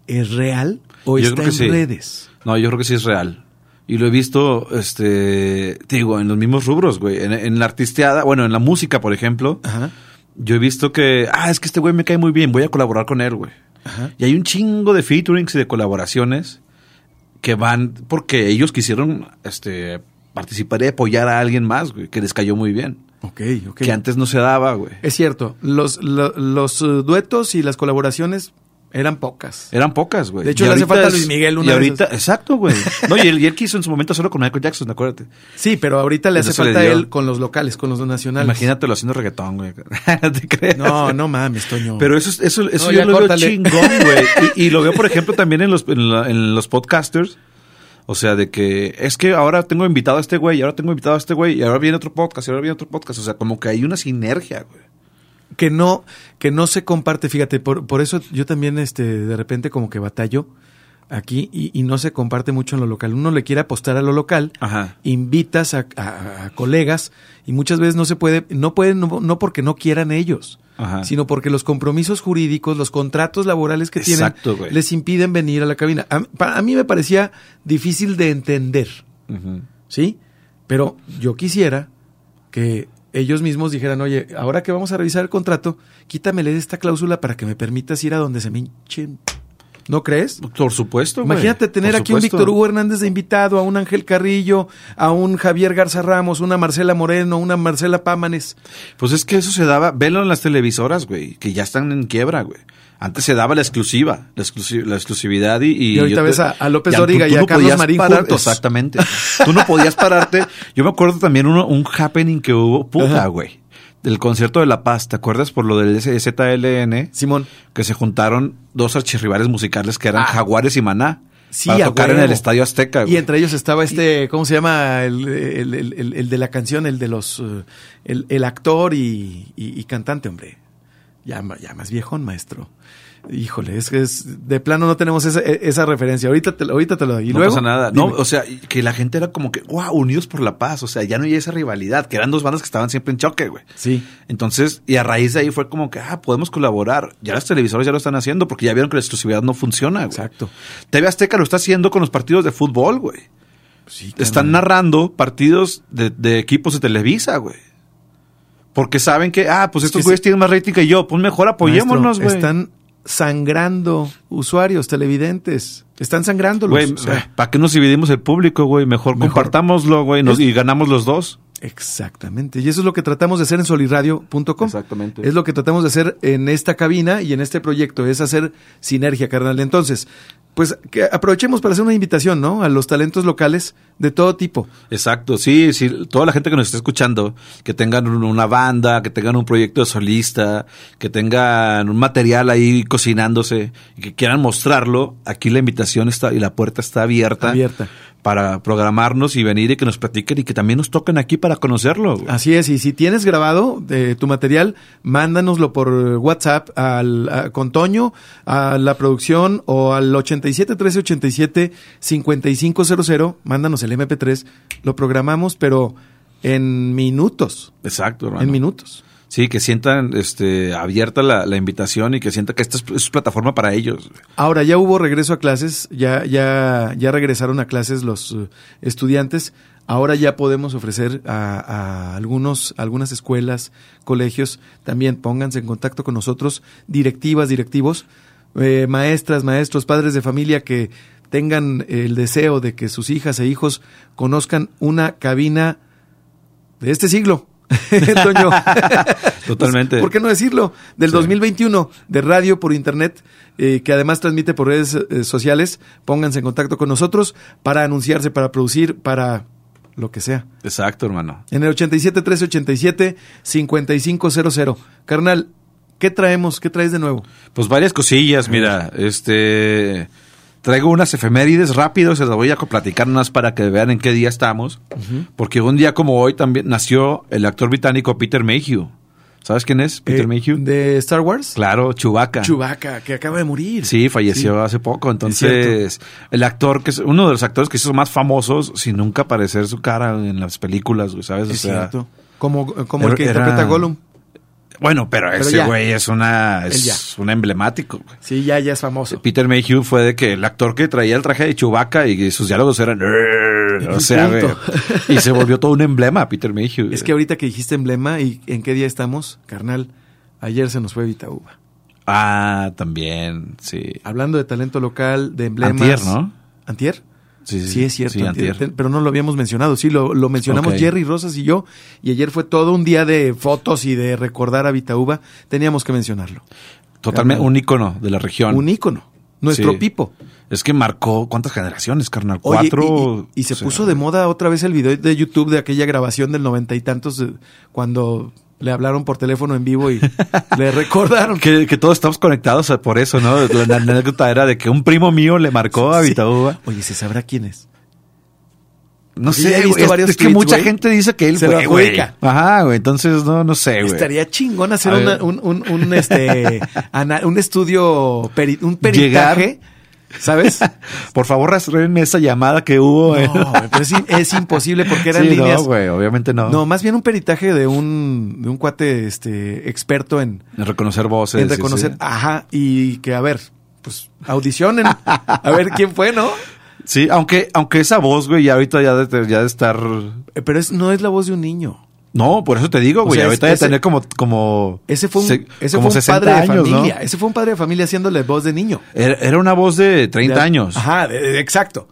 Speaker 2: ¿es real o
Speaker 3: Yo
Speaker 2: está
Speaker 3: creo
Speaker 2: en
Speaker 3: que sí.
Speaker 2: redes?
Speaker 3: No, yo creo que sí es real. Y lo he visto,
Speaker 2: Ah.
Speaker 3: este, te digo, en los mismos rubros, güey. En, en la artisteada, bueno, en la música, por ejemplo.
Speaker 2: Ajá.
Speaker 3: Yo he visto que, ah, es que este güey me cae muy bien, voy a colaborar con él, güey.
Speaker 2: Ajá.
Speaker 3: Y hay un chingo de featurings y de colaboraciones que van porque ellos quisieron este, participar y apoyar a alguien más, güey, que les cayó muy bien.
Speaker 2: Ok, ok.
Speaker 3: Que antes no se daba, güey.
Speaker 2: Es cierto, los, lo- los eh, duetos y las colaboraciones eran pocas.
Speaker 3: Eran pocas, güey.
Speaker 2: De hecho,
Speaker 3: Y
Speaker 2: le hace
Speaker 3: ahorita
Speaker 2: falta
Speaker 3: es-
Speaker 2: Luis Miguel una
Speaker 3: Y
Speaker 2: de
Speaker 3: ahorita,
Speaker 2: esas.
Speaker 3: exacto, güey. No, y él, y él quiso en su momento solo con Michael Jackson, acuérdate.
Speaker 2: Sí, pero ahorita Pues le hace
Speaker 3: Entonces le
Speaker 2: falta
Speaker 3: dio.
Speaker 2: él con los locales, con los nacionales.
Speaker 3: Imagínatelo haciendo reggaetón, güey. No te creas.
Speaker 2: No, no mames, Toño.
Speaker 3: Pero eso, es- eso, eso
Speaker 2: No,
Speaker 3: yo
Speaker 2: ya
Speaker 3: lo
Speaker 2: córtale.
Speaker 3: veo chingón, güey. Y, y lo veo, por ejemplo, también en los, en, la- en los podcasters. O sea, de que es que ahora tengo invitado a este güey, y ahora tengo invitado a este güey, y ahora viene otro podcast, y ahora viene otro podcast. O sea, como que hay una sinergia, güey.
Speaker 2: que no que no se comparte fíjate por, por eso yo también este de repente como que batallo aquí y, y no se comparte mucho en lo local uno le quiere apostar a lo local
Speaker 3: Ajá.
Speaker 2: invitas a, a- a colegas y muchas veces no se puede no pueden no, no porque no quieran ellos
Speaker 3: Ajá.
Speaker 2: sino porque los compromisos jurídicos los contratos laborales que tienen
Speaker 3: Exacto, güey.
Speaker 2: les impiden venir a la cabina a, pa- a mí me parecía difícil de entender
Speaker 3: Ujú.
Speaker 2: ¿sí? Pero yo quisiera que ellos mismos dijeran, oye, ahora que vamos a revisar el contrato, quítamele esta cláusula para que me permitas ir a donde se me hinchen. ¿No crees?
Speaker 3: Por supuesto, güey.
Speaker 2: Imagínate tener
Speaker 3: Por
Speaker 2: aquí un
Speaker 3: supuesto.
Speaker 2: Víctor Hugo Hernández de invitado, a un Ángel Carrillo, a un Javier Garza Ramos, una Marcela Moreno, una Marcela Pámanes.
Speaker 3: Pues es que eso se daba, velo en las televisoras, güey, que ya están en quiebra, güey. Antes se daba la exclusiva, la, exclusi- la exclusividad y...
Speaker 2: Y ahorita
Speaker 3: yo
Speaker 2: ves a- a López
Speaker 3: ya,
Speaker 2: Dóriga y a Carlos
Speaker 3: podías
Speaker 2: Marín
Speaker 3: parar-
Speaker 2: juntos.
Speaker 3: Exactamente. Tú no podías pararte. Yo me acuerdo también uno- un happening que hubo, puta,
Speaker 2: Ajá.
Speaker 3: güey, del concierto de La Paz, ¿te acuerdas? Por lo del ZLN,
Speaker 2: Simón,
Speaker 3: que se juntaron dos archirrivales musicales que eran
Speaker 2: Ah.
Speaker 3: Jaguares y Maná.
Speaker 2: Sí,
Speaker 3: para
Speaker 2: a
Speaker 3: tocar en
Speaker 2: huevo.
Speaker 3: el Estadio Azteca, güey.
Speaker 2: y entre ellos estaba este, ¿cómo se llama? El, el- el- el- el de la canción, el de los, eh, el, el actor y, y- y cantante, hombre. Ya, ma- ya más viejón, maestro. Híjole, es que es, de plano no tenemos esa, e- esa referencia. Ahorita te, lo- ahorita te lo doy. ¿Y
Speaker 3: no
Speaker 2: luego?
Speaker 3: pasa nada. No,
Speaker 2: Dime.
Speaker 3: o sea, que la gente era como que, wow, unidos por la paz. O sea, ya no hay esa rivalidad, que eran dos bandas que estaban siempre en choque, güey.
Speaker 2: sí.
Speaker 3: Entonces, y a raíz de ahí fue como que, ah, podemos colaborar. Ya las televisoras ya lo están haciendo porque ya vieron que la exclusividad no funciona, güey.
Speaker 2: Exacto.
Speaker 3: TV Azteca lo está haciendo con los partidos de fútbol, güey.
Speaker 2: Sí,
Speaker 3: Están
Speaker 2: carnal.
Speaker 3: narrando partidos de, de equipos de Televisa, güey. Porque saben que, ah, pues
Speaker 2: Es
Speaker 3: estos
Speaker 2: que
Speaker 3: güeyes
Speaker 2: sí.
Speaker 3: tienen más rating que yo. Pues mejor apoyémonos,
Speaker 2: Maestro,
Speaker 3: güey.
Speaker 2: Están sangrando usuarios, televidentes. Están sangrándolos.
Speaker 3: Güey, eh.
Speaker 2: o sea,
Speaker 3: ¿para qué nos dividimos el público, güey? Mejor,
Speaker 2: Mejor.
Speaker 3: compartámoslo, güey, nos- y ganamos los dos.
Speaker 2: Exactamente. Y eso es lo que tratamos de hacer en solirradio.com.
Speaker 3: Exactamente.
Speaker 2: Es lo que tratamos de hacer en esta cabina y en este proyecto, es hacer sinergia, carnal. Entonces, pues que aprovechemos para hacer una invitación, ¿no? A los talentos locales de todo tipo.
Speaker 3: Exacto, sí, sí, toda la gente que nos está escuchando, que tengan un- una banda, que tengan un proyecto de solista, que tengan un material ahí cocinándose y que quieran mostrarlo, aquí la invitación está y la puerta está abierta,
Speaker 2: Abierta.
Speaker 3: para programarnos y venir y que nos platiquen y que también nos toquen aquí para conocerlo. güey.
Speaker 2: Así es, y si tienes grabado eh, tu material, mándanoslo por eh, WhatsApp al, a- con Toño, a la producción o al 87 13 87 5500. Mándanos el MP3, lo programamos, pero en minutos.
Speaker 3: Exacto, hermano.
Speaker 2: En minutos.
Speaker 3: Sí, que sientan este, abierta la, la invitación y que sientan que esta es, es plataforma para ellos. güey.
Speaker 2: Ahora ya hubo regreso a clases, ya ya ya regresaron a clases los eh, estudiantes. Ahora ya podemos ofrecer a, a algunos algunas escuelas, colegios también pónganse en contacto con nosotros, directivas, directivos, eh, maestras, maestros, padres de familia que tengan el deseo de que sus hijas e hijos conozcan una cabina de este siglo. Toño.
Speaker 3: Totalmente.
Speaker 2: Pues, ¿Por qué no decirlo? Del
Speaker 3: Sí.
Speaker 2: 2021, de radio por internet, eh, que además transmite por redes eh, sociales. Pónganse en contacto con nosotros para anunciarse, para producir, para lo que sea.
Speaker 3: Exacto, hermano.
Speaker 2: En el 87 1387 5500. Carnal, ¿qué traemos? ¿Qué traes de nuevo?
Speaker 3: Pues varias cosillas, mira, este traigo unas efemérides rápido, se las voy a co- platicar unas para que vean en qué día estamos, porque un día como hoy también nació el actor británico Peter Mayhew. ¿Sabes quién es Peter
Speaker 2: Eh,
Speaker 3: Mayhew?
Speaker 2: ¿De Star Wars?
Speaker 3: Claro, Chewbacca.
Speaker 2: Chewbacca, que acaba de morir.
Speaker 3: Sí, falleció hace poco, entonces el actor que es uno de los actores que hizo más famosos sin nunca aparecer su cara en las películas, güey, ¿sabes? O
Speaker 2: Es
Speaker 3: sea,
Speaker 2: cierto. Como, como el que
Speaker 3: era-
Speaker 2: interpreta a Gollum.
Speaker 3: Bueno, pero,
Speaker 2: Pero
Speaker 3: ese
Speaker 2: ya.
Speaker 3: güey es una
Speaker 2: Él ya.
Speaker 3: es un emblemático, güey.
Speaker 2: Sí, ya, ya es famoso.
Speaker 3: Peter Mayhew fue de que el actor que traía el traje de Chewbacca y sus diálogos eran. "Err", O sea,
Speaker 2: Punto.
Speaker 3: güey, y se volvió todo un emblema, Peter Mayhew.
Speaker 2: Es que ahorita que dijiste emblema y en qué día estamos, carnal, Ayer se nos fue Vitauba.
Speaker 3: Ah, también, sí.
Speaker 2: Hablando de talento local, de emblemas.
Speaker 3: Antier, ¿no?
Speaker 2: ¿Antier?
Speaker 3: Sí, sí,
Speaker 2: Sí, es cierto.
Speaker 3: sí,
Speaker 2: antier.
Speaker 3: antier.
Speaker 2: Pero no lo habíamos mencionado. Sí, lo, lo mencionamos
Speaker 3: Ok.
Speaker 2: Jerry Rosas y yo. Y ayer fue todo un día de fotos y de recordar a Vitauba. Teníamos que mencionarlo.
Speaker 3: Totalmente
Speaker 2: Carnal.
Speaker 3: un ícono de la región.
Speaker 2: Un ícono. Nuestro
Speaker 3: Sí.
Speaker 2: Pipo.
Speaker 3: Es que marcó cuántas generaciones, carnal.
Speaker 2: Oye, y-
Speaker 3: Cuatro.
Speaker 2: y, y se
Speaker 3: o sea,
Speaker 2: puso de moda otra vez el video de YouTube de aquella grabación del noventa y tantos eh, cuando le hablaron por teléfono en vivo y le recordaron.
Speaker 3: Que, que todos estamos conectados por eso, ¿no? La, la anécdota era de que un primo mío le marcó a
Speaker 2: Sí.
Speaker 3: Vitauba.
Speaker 2: Oye, ¿se sabrá quién es?
Speaker 3: No
Speaker 2: Sí, he
Speaker 3: sé,
Speaker 2: visto
Speaker 3: güey, es-
Speaker 2: varios
Speaker 3: es, que
Speaker 2: tweets,
Speaker 3: mucha
Speaker 2: güey.
Speaker 3: gente dice que él
Speaker 2: Se
Speaker 3: fue,
Speaker 2: lo
Speaker 3: güey.
Speaker 2: adjudica.
Speaker 3: Ajá, güey. Entonces, no, no sé, Eh, güey.
Speaker 2: Estaría chingón hacer
Speaker 3: A
Speaker 2: una-
Speaker 3: ver.
Speaker 2: un, un, un, este, ana- un estudio, peri- un peritaje, ¿sabes?
Speaker 3: Por favor, rastréenme esa llamada que hubo. eh.
Speaker 2: No, güey, pero es, in- es imposible porque eran
Speaker 3: Sí,
Speaker 2: líneas.
Speaker 3: No, güey, obviamente no.
Speaker 2: no, más bien un peritaje de un, de un cuate este, experto en,
Speaker 3: En reconocer voces.
Speaker 2: en
Speaker 3: sí,
Speaker 2: reconocer.
Speaker 3: sí.
Speaker 2: Ajá, y que a ver, pues audicionen, a ver quién fue, ¿no?
Speaker 3: Sí, aunque, aunque esa voz, güey, ya ahorita ya de, ya de estar.
Speaker 2: Eh, Pero es, no es la voz de un niño.
Speaker 3: No, por eso te digo, güey.
Speaker 2: sea,
Speaker 3: ahorita
Speaker 2: es-
Speaker 3: ya
Speaker 2: ese-
Speaker 3: tener como, como.
Speaker 2: Ese fue un,
Speaker 3: se-
Speaker 2: ese
Speaker 3: como
Speaker 2: fue un
Speaker 3: 60
Speaker 2: padre
Speaker 3: años,
Speaker 2: de
Speaker 3: ¿no?
Speaker 2: familia. Ese fue un padre de familia haciéndole voz de niño.
Speaker 3: Era, era una voz de 30
Speaker 2: De-
Speaker 3: años.
Speaker 2: Ajá, de- de- exacto.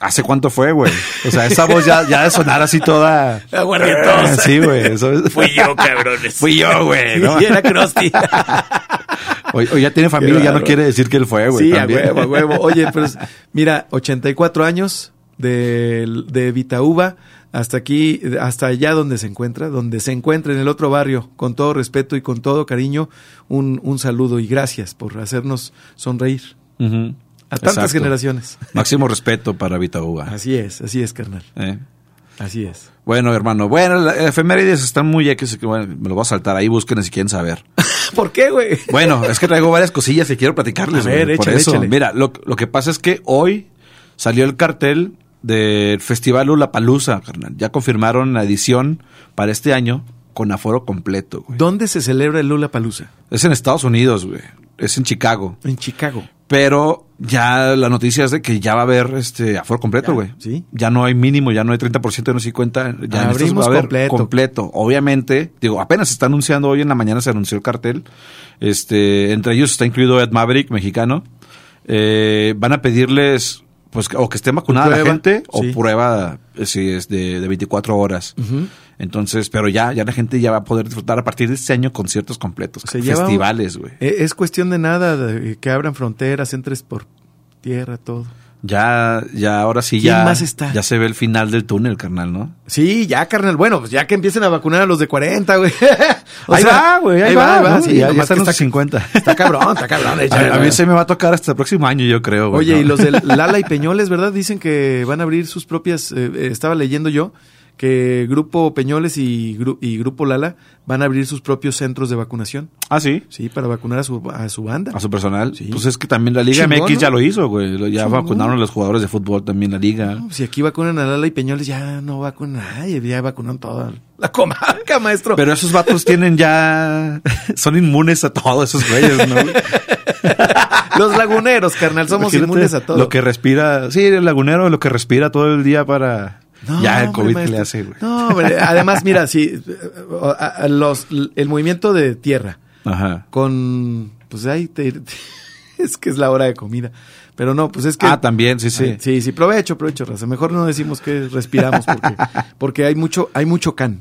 Speaker 3: ¿Hace cuánto fue, güey? O sea, esa voz ya, ya de sonar así toda.
Speaker 2: Aguardientosa.
Speaker 3: Sí, güey. eso es-
Speaker 4: Fui yo, cabrones.
Speaker 3: Fui yo, güey. ¿no? Ah,
Speaker 2: Y era Krusty.
Speaker 3: O, o ya tiene familia,
Speaker 2: Qué
Speaker 3: ya no
Speaker 2: bárbaro.
Speaker 3: quiere decir que él fue, güey.
Speaker 2: sí,
Speaker 3: también.
Speaker 2: a huevo, a huevo. Oye, pero es- mira, 84 años de, de Vitauba hasta aquí, hasta allá donde se encuentra, donde se encuentra en el otro barrio. Con todo respeto y con todo cariño, un, un saludo y gracias por hacernos sonreír
Speaker 3: Ujú.
Speaker 2: a tantas
Speaker 3: Exacto.
Speaker 2: generaciones.
Speaker 3: Máximo respeto para Vita Uva.
Speaker 2: Así es, así es, carnal.
Speaker 3: ¿eh?
Speaker 2: Así es.
Speaker 3: Bueno, hermano. Bueno, las efemérides están muy X. que, Bueno, me lo voy a saltar ahí. Busquen si quieren saber.
Speaker 2: ¿Por qué, güey?
Speaker 3: Bueno, es que traigo varias cosillas que quiero platicarles.
Speaker 2: A ver,
Speaker 3: güey, por
Speaker 2: échale,
Speaker 3: eso.
Speaker 2: échale.
Speaker 3: Mira, lo, lo que pasa es que hoy salió el cartel del Festival Palusa, carnal. Ya confirmaron la edición para este año con aforo completo, güey.
Speaker 2: ¿Dónde se celebra el Lula Palusa?
Speaker 3: Es en Estados Unidos, güey. Es en Chicago.
Speaker 2: En Chicago.
Speaker 3: Pero ya la noticia es de que ya va a haber este aforo completo,
Speaker 2: Ya,
Speaker 3: güey.
Speaker 2: sí.
Speaker 3: Ya no hay mínimo, ya no hay 30%, no hay 50, ya en estos
Speaker 2: Abrimos
Speaker 3: va a haber
Speaker 2: completo.
Speaker 3: completo. Obviamente, digo, apenas se está anunciando hoy en la mañana se anunció el cartel. Este, entre ellos está incluido Ed Maverick, mexicano. Eh, van a pedirles pues que- o que esté vacunada la
Speaker 2: Prueba,
Speaker 3: gente
Speaker 2: sí.
Speaker 3: o prueba eh, si es de, de 24 horas. Entonces, pero ya ya la gente ya va a poder disfrutar a partir de este año conciertos completos,
Speaker 2: Se lleva-
Speaker 3: festivales, güey.
Speaker 2: Eh, Es cuestión de nada, de que abran fronteras, entres por tierra, todo.
Speaker 3: Ya, ya, ahora sí,
Speaker 2: ¿Quién
Speaker 3: ya.
Speaker 2: más está?
Speaker 3: Ya se ve el final del túnel, carnal, ¿no?
Speaker 2: Sí, ya, carnal. Bueno, pues ya que empiecen a vacunar a los de 40, güey. O
Speaker 3: ahí
Speaker 2: sea,
Speaker 3: va, güey, ahí, va, ¿no?
Speaker 2: sí,
Speaker 3: Y ya,
Speaker 2: nomás
Speaker 3: ya están
Speaker 2: que
Speaker 3: los
Speaker 2: está,
Speaker 3: 50.
Speaker 2: está cabrón, está cabrón. eh, ya,
Speaker 3: A, a mí
Speaker 2: ya.
Speaker 3: se me va a tocar hasta el próximo año, yo creo, güey.
Speaker 2: Oye,
Speaker 3: ¿no?
Speaker 2: y los de Lala y Peñoles, ¿verdad? Dicen que van a abrir sus propias... eh, eh, estaba leyendo yo que Grupo Peñoles y, Gru- y Grupo Lala van a abrir sus propios centros de vacunación.
Speaker 3: Ah, sí.
Speaker 2: Sí, para vacunar a su, a su banda.
Speaker 3: A su personal.
Speaker 2: Sí.
Speaker 3: Pues es que también la Liga
Speaker 2: Chingón,
Speaker 3: MX ya
Speaker 2: ¿no?
Speaker 3: lo hizo, güey. Lo- Ya
Speaker 2: Chingón.
Speaker 3: vacunaron a los jugadores de fútbol también la Liga.
Speaker 2: No, Si aquí vacunan a Lala y Peñoles, ya no vacunan a nadie, ya vacunan toda la comarca, maestro.
Speaker 3: Pero esos vatos tienen ya. Son inmunes a todos esos güeyes, ¿no?
Speaker 2: Los laguneros, carnal, somos
Speaker 3: Imagínate
Speaker 2: inmunes a todo.
Speaker 3: Lo que respira. Sí, el lagunero, lo que respira todo el día para.
Speaker 2: No,
Speaker 3: ya el
Speaker 2: hombre,
Speaker 3: COVID que
Speaker 2: maestro.
Speaker 3: le hace, güey.
Speaker 2: No, hombre, además, mira, sí, a- a- los, el movimiento de tierra
Speaker 3: Ajá.
Speaker 2: con, pues ahí te- te- es que es la hora de comida. Pero no, pues es que...
Speaker 3: Ah, también, sí, sí.
Speaker 2: Ay, sí, sí, provecho, provecho, raza. Mejor no decimos que respiramos porque, porque hay mucho, hay mucho can,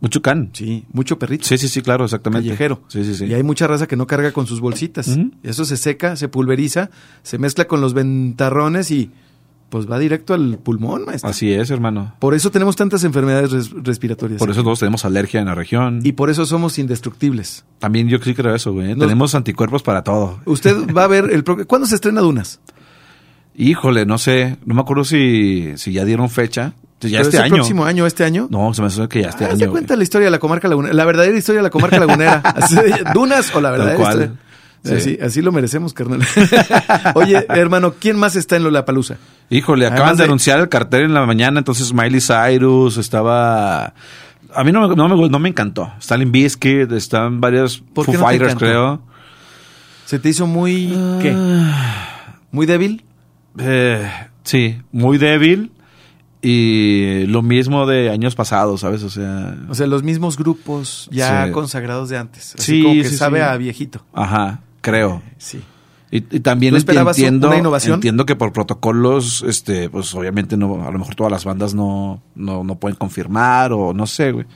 Speaker 3: Mucho can.
Speaker 2: sí, mucho perrito.
Speaker 3: Sí, sí, sí, claro, exactamente.
Speaker 2: callejero.
Speaker 3: Sí, sí, sí.
Speaker 2: Y hay mucha raza que no carga con sus bolsitas.
Speaker 3: Ujú.
Speaker 2: Eso se seca, se pulveriza, se mezcla con los ventarrones y pues va directo al pulmón, maestro.
Speaker 3: Así es, hermano.
Speaker 2: Por eso tenemos tantas enfermedades res- respiratorias.
Speaker 3: Por eso todos tenemos alergia en la región.
Speaker 2: Y por eso somos indestructibles.
Speaker 3: también yo sí creo eso, güey.
Speaker 2: Nos-
Speaker 3: Tenemos anticuerpos para todo.
Speaker 2: Usted va a ver el... pro- ¿Cuándo se estrena Dunas?
Speaker 3: Híjole, no sé. No me acuerdo si, si ya dieron fecha. Ya
Speaker 2: ¿Pero
Speaker 3: este
Speaker 2: es el
Speaker 3: año.
Speaker 2: próximo año, este año?
Speaker 3: No, se me hace que ya este
Speaker 2: Ah,
Speaker 3: año.
Speaker 2: se
Speaker 3: güey.
Speaker 2: cuenta la historia de la comarca lagunera, la verdadera historia de la comarca lagunera. Así de- ¿Dunas o la
Speaker 3: Tal
Speaker 2: verdadera
Speaker 3: cual.
Speaker 2: historia?
Speaker 3: Sí.
Speaker 2: Así, así lo merecemos, carnal. Oye, hermano, ¿quién más está en Lollapalooza?
Speaker 3: Híjole, acaban
Speaker 2: Además
Speaker 3: de
Speaker 2: de-
Speaker 3: anunciar el cartel en la mañana, entonces Miley Cyrus estaba... A mí no me, no me, no me encantó. Stalin Biscuit, están varios
Speaker 2: ¿Por
Speaker 3: Foo
Speaker 2: qué no te
Speaker 3: Fighters,
Speaker 2: encantó?
Speaker 3: creo.
Speaker 2: ¿Se te hizo muy
Speaker 3: Ah.
Speaker 2: qué? ¿Muy débil?
Speaker 3: Eh, sí, muy débil. Y lo mismo de años pasados, ¿sabes? O sea.
Speaker 2: O sea, los mismos grupos ya
Speaker 3: Sí.
Speaker 2: consagrados de antes. Así
Speaker 3: Sí,
Speaker 2: como que
Speaker 3: sí,
Speaker 2: sabe
Speaker 3: sí.
Speaker 2: a viejito.
Speaker 3: Ajá, creo.
Speaker 2: Sí.
Speaker 3: Y, y también
Speaker 2: ¿Tú
Speaker 3: enti-
Speaker 2: esperabas
Speaker 3: entiendo,
Speaker 2: una innovación?
Speaker 3: entiendo que por protocolos, este, pues obviamente no, a lo mejor todas las bandas no, no, no pueden confirmar o no sé, güey.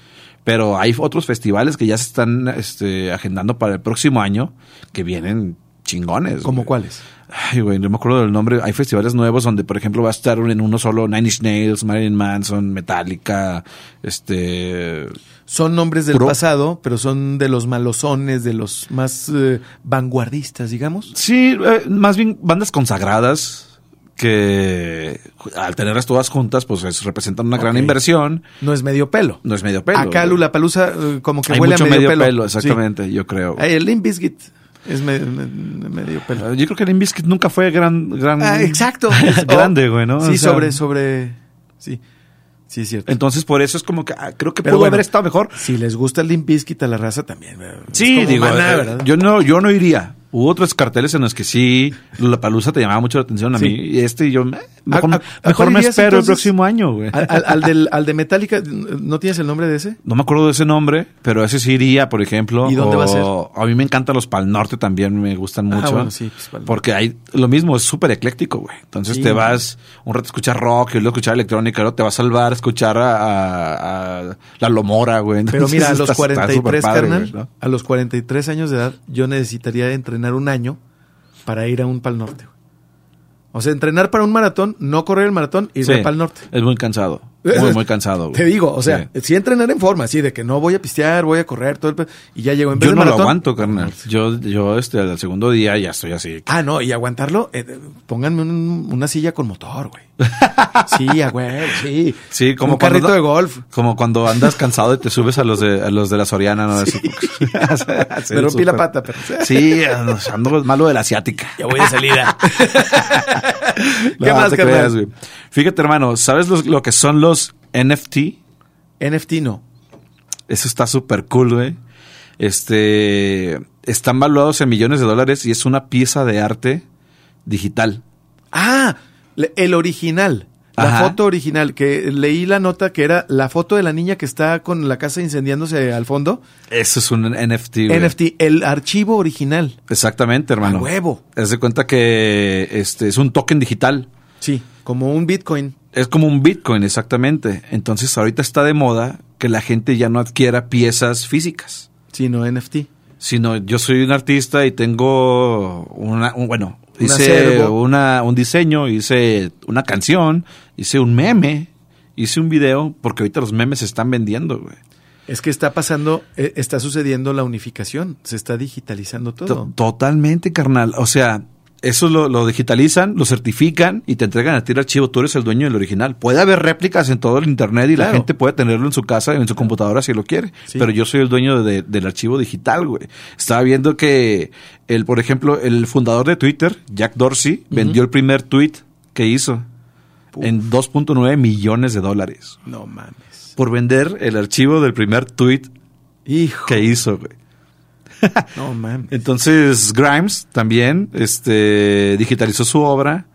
Speaker 3: Pero hay otros festivales que ya se están este, agendando para el próximo año que vienen chingones.
Speaker 2: ¿Como
Speaker 3: güey.
Speaker 2: cuáles?
Speaker 3: Ay, güey, no me acuerdo del nombre. Hay festivales nuevos donde, por ejemplo, va a estar en uno solo Nine Inch Nails, Marilyn Manson, Metallica, este...
Speaker 2: Son nombres del
Speaker 3: Pro-
Speaker 2: pasado, pero son de los malosones, de los más eh, vanguardistas, digamos.
Speaker 3: Sí, eh, más bien bandas consagradas que al tenerlas todas juntas, pues es- representan una gran
Speaker 2: Ok.
Speaker 3: inversión.
Speaker 2: No es medio pelo.
Speaker 3: No es medio pelo.
Speaker 2: Acá
Speaker 3: güey.
Speaker 2: Lula Palusa eh, como que
Speaker 3: Hay
Speaker 2: huele
Speaker 3: mucho
Speaker 2: a medio, pelo. Sí.
Speaker 3: exactamente, yo creo.
Speaker 2: Ay, el Limp Bizkit es me- me- medio pelo.
Speaker 3: Eh, Yo creo que el Bizkit nunca fue gran, gran
Speaker 2: Ah, exacto.
Speaker 3: Mm. grande, güey, ¿no?
Speaker 2: Sí,
Speaker 3: O sea,
Speaker 2: sobre, sobre. Sí, sí, es cierto.
Speaker 3: Entonces, por eso es como que ah, creo que
Speaker 2: Pero
Speaker 3: pudo
Speaker 2: bueno.
Speaker 3: haber estado mejor.
Speaker 2: si les gusta el Limp Bizkit a la raza también. ¿verdad? Es
Speaker 3: Sí,
Speaker 2: como
Speaker 3: digo,
Speaker 2: maná,
Speaker 3: eh,
Speaker 2: ¿verdad?
Speaker 3: yo no, yo no iría. Hubo otros carteles en los que sí, la palusa te llamaba mucho la atención a
Speaker 2: Sí.
Speaker 3: mí. Y este, yo, eh, mejor,
Speaker 2: ¿A- a- a
Speaker 3: mejor
Speaker 2: cuál
Speaker 3: me
Speaker 2: irías,
Speaker 3: espero el
Speaker 2: entonces?
Speaker 3: próximo año, güey.
Speaker 2: Al, al- al del, al de Metallica, ¿no tienes el nombre de ese?
Speaker 3: No me acuerdo de ese nombre, pero ese sí iría, por ejemplo.
Speaker 2: ¿Y dónde va a ser?
Speaker 3: A mí me encantan los Pal Norte también, me gustan
Speaker 2: Ah,
Speaker 3: mucho.
Speaker 2: bueno, sí, pues, Pal Norte.
Speaker 3: Porque hay lo mismo, es súper ecléctico, güey. Entonces
Speaker 2: Sí.
Speaker 3: te vas un rato a escuchar rock y luego a escuchar electrónica, luego te vas a salvar a escuchar a, a- a La Lomora, güey.
Speaker 2: Pero
Speaker 3: Entonces,
Speaker 2: mira, a los
Speaker 3: está- está
Speaker 2: 43,
Speaker 3: súper padre,
Speaker 2: carnal,
Speaker 3: güey, ¿no?
Speaker 2: a los 43 años de edad, yo necesitaría entrenar un año para ir a un Pal Norte. güey. O sea, entrenar para un maratón, no correr el maratón, irme
Speaker 3: Sí,
Speaker 2: al Pal Norte.
Speaker 3: Es muy cansado. Muy, muy cansado, güey.
Speaker 2: Te digo, o sea,
Speaker 3: Sí.
Speaker 2: sí. entrenar en forma, así de que no voy a pistear, voy a correr, todo el pe- y ya llego en vez
Speaker 3: Yo
Speaker 2: de
Speaker 3: no lo
Speaker 2: maratón-
Speaker 3: aguanto, carnal. Yo, yo este, al segundo día ya estoy así.
Speaker 2: Ah, no, y aguantarlo, eh, eh, pónganme un- una silla con motor, güey. Sí, a huevo, sí.
Speaker 3: Sí, como
Speaker 2: un carrito
Speaker 3: cuando-
Speaker 2: de golf.
Speaker 3: Como cuando andas cansado y te subes a los de, a los de la Soriana, ¿no? Así, así,
Speaker 2: Me rompí la
Speaker 3: súper-
Speaker 2: pata, pero-
Speaker 3: Sí, ando malo de la asiática.
Speaker 2: Ya voy de salida.
Speaker 3: No,
Speaker 2: ¿Qué
Speaker 3: no
Speaker 2: más,
Speaker 3: te
Speaker 2: carnal?
Speaker 3: creas, güey. Fíjate, hermano, ¿sabes los- lo que son los NFT?
Speaker 2: NFT no.
Speaker 3: Eso está súper cool, güey. Este, están valuados en millones de dólares y es una pieza de arte digital.
Speaker 2: Ah, le- el original. La
Speaker 3: Ajá.
Speaker 2: foto original, que leí la nota que era la foto de la niña que está con la casa incendiándose al fondo.
Speaker 3: Eso es un NFT, güey. Ah,
Speaker 2: NFT, el archivo original.
Speaker 3: Exactamente, hermano.
Speaker 2: A Ah, huevo.
Speaker 3: Haz de cuenta que este es un token digital.
Speaker 2: Sí, como un Bitcoin.
Speaker 3: Es como un Bitcoin, exactamente. Entonces, ahorita está de moda que la gente ya no adquiera piezas físicas.
Speaker 2: sino NFT.
Speaker 3: sino yo soy un artista y tengo una, un- bueno,
Speaker 2: Un
Speaker 3: hice
Speaker 2: acervo.
Speaker 3: una, un diseño, hice una canción, hice un meme, hice un video, porque ahorita los memes se están vendiendo, güey.
Speaker 2: Es que está pasando, eh, está sucediendo la unificación, se está digitalizando todo.
Speaker 3: To- Totalmente, carnal. O sea, eso lo, lo digitalizan, lo certifican y te entregan a ti el archivo. Tú eres el dueño del original. Puede haber réplicas en todo el internet y la
Speaker 2: Claro.
Speaker 3: gente puede tenerlo en su casa, en su computadora si lo quiere.
Speaker 2: Sí.
Speaker 3: Pero yo soy el dueño de- del archivo digital, güey. Estaba viendo que, el, por ejemplo, el fundador de Twitter, Jack Dorsey, vendió el primer tweet que hizo en 2.9 millones de dólares
Speaker 2: No mames.
Speaker 3: por vender el archivo del primer tweet
Speaker 2: Hijo.
Speaker 3: que hizo, güey.
Speaker 2: No mames.
Speaker 3: Entonces, Grimes también este, digitalizó su obra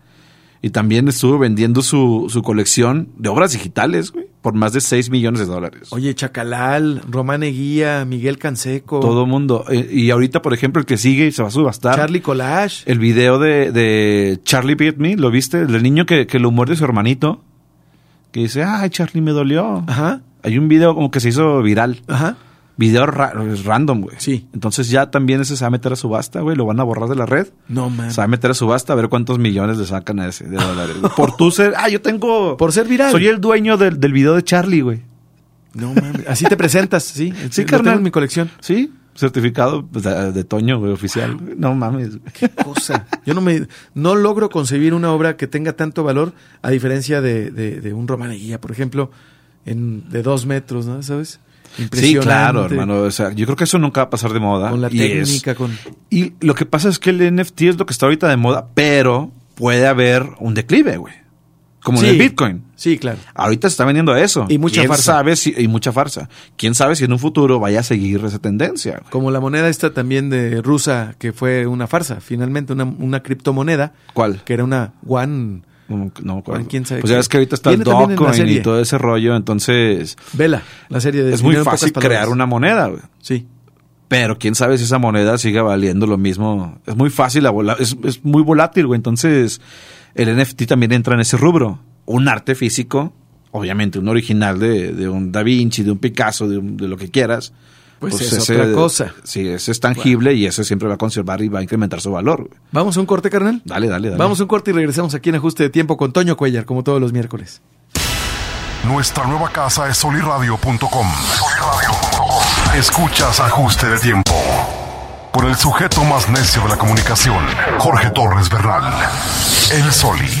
Speaker 3: y también estuvo vendiendo su, su colección de obras digitales, güey, por más de 6 millones de dólares.
Speaker 2: Oye, Chacalal, Román Eguía, Miguel Canseco,
Speaker 3: Todo mundo. Eh, Y ahorita, por ejemplo, el que sigue y se va a subastar.
Speaker 2: Charlie Collage.
Speaker 3: El video de, de Charlie Beat Me, ¿lo viste? El del niño que, que lo muerde su hermanito. Que dice, ay, Charlie, me dolió.
Speaker 2: Ajá,
Speaker 3: Hay un video como que se hizo viral.
Speaker 2: ajá.
Speaker 3: Video ra- random, güey.
Speaker 2: Sí.
Speaker 3: Entonces ya también ese se va a meter a subasta, güey. Lo van a borrar de la red.
Speaker 2: No mames.
Speaker 3: Se va a meter a subasta a ver cuántos millones le sacan a ese de dólares. güey. Por tú ser. Ah, yo tengo.
Speaker 2: Por ser viral.
Speaker 3: Soy el dueño del, del video de Charlie, güey.
Speaker 2: No mames. Así te presentas, sí.
Speaker 3: Sí,
Speaker 2: Lo
Speaker 3: carnal.
Speaker 2: tengo en mi colección.
Speaker 3: Sí, certificado pues, de, de Toño, güey, oficial. güey. No mames. güey.
Speaker 2: Cosa. Yo no me, no logro concebir una obra que tenga tanto valor, a diferencia de, de, de un Román Eguía, por ejemplo, en, de dos metros, ¿no? ¿Sabes?
Speaker 3: Sí,
Speaker 2: Impresionante.
Speaker 3: claro, hermano. O sea, yo creo que eso nunca va a pasar de moda.
Speaker 2: Con la
Speaker 3: y es-
Speaker 2: técnica, con.
Speaker 3: y lo que pasa es que el NFT es lo que está ahorita de moda, pero puede haber un declive, güey. Como en el Bitcoin.
Speaker 2: Sí, claro.
Speaker 3: Ahorita se está vendiendo eso.
Speaker 2: Y mucha
Speaker 3: ¿Quién
Speaker 2: farsa.
Speaker 3: Sabe si- y mucha farsa. ¿Quién sabe si en un futuro vaya a seguir esa tendencia? güey?
Speaker 2: Como la moneda esta también de rusa, que fue una farsa, finalmente, una, una criptomoneda,
Speaker 3: ¿Cuál?
Speaker 2: que era una one
Speaker 3: No, no me acuerdo.
Speaker 2: ¿Quién sabe
Speaker 3: pues
Speaker 2: qué?
Speaker 3: ya ves que ahorita está el
Speaker 2: Viene también en la
Speaker 3: Dogecoin y
Speaker 2: serie.
Speaker 3: todo ese rollo, entonces
Speaker 2: Vela, la serie de
Speaker 3: es muy
Speaker 2: dinero en pocas
Speaker 3: fácil
Speaker 2: palabras.
Speaker 3: crear una moneda, güey.
Speaker 2: Sí.
Speaker 3: Pero quién sabe si esa moneda siga valiendo lo mismo. Es muy fácil, la vola- es, es muy volátil, güey. Entonces, el NFT también entra en ese rubro. Un arte físico, obviamente, un original de, de un Da Vinci, de un Picasso, de, un- de lo que quieras.
Speaker 2: Pues es otra cosa.
Speaker 3: Sí, ese es tangible y eso siempre va a conservar y va a incrementar su valor. güey.
Speaker 2: ¿Vamos a un corte, carnal?
Speaker 3: Dale, dale, dale.
Speaker 2: Vamos a un corte y regresamos aquí en Ajuste de Tiempo con Toño Cuellar, como todos los miércoles.
Speaker 1: Nuestra nueva casa es soliradio.com. Escuchas ajuste de tiempo. Con el sujeto más necio de la comunicación, Jorge Torres Bernal. El Soli.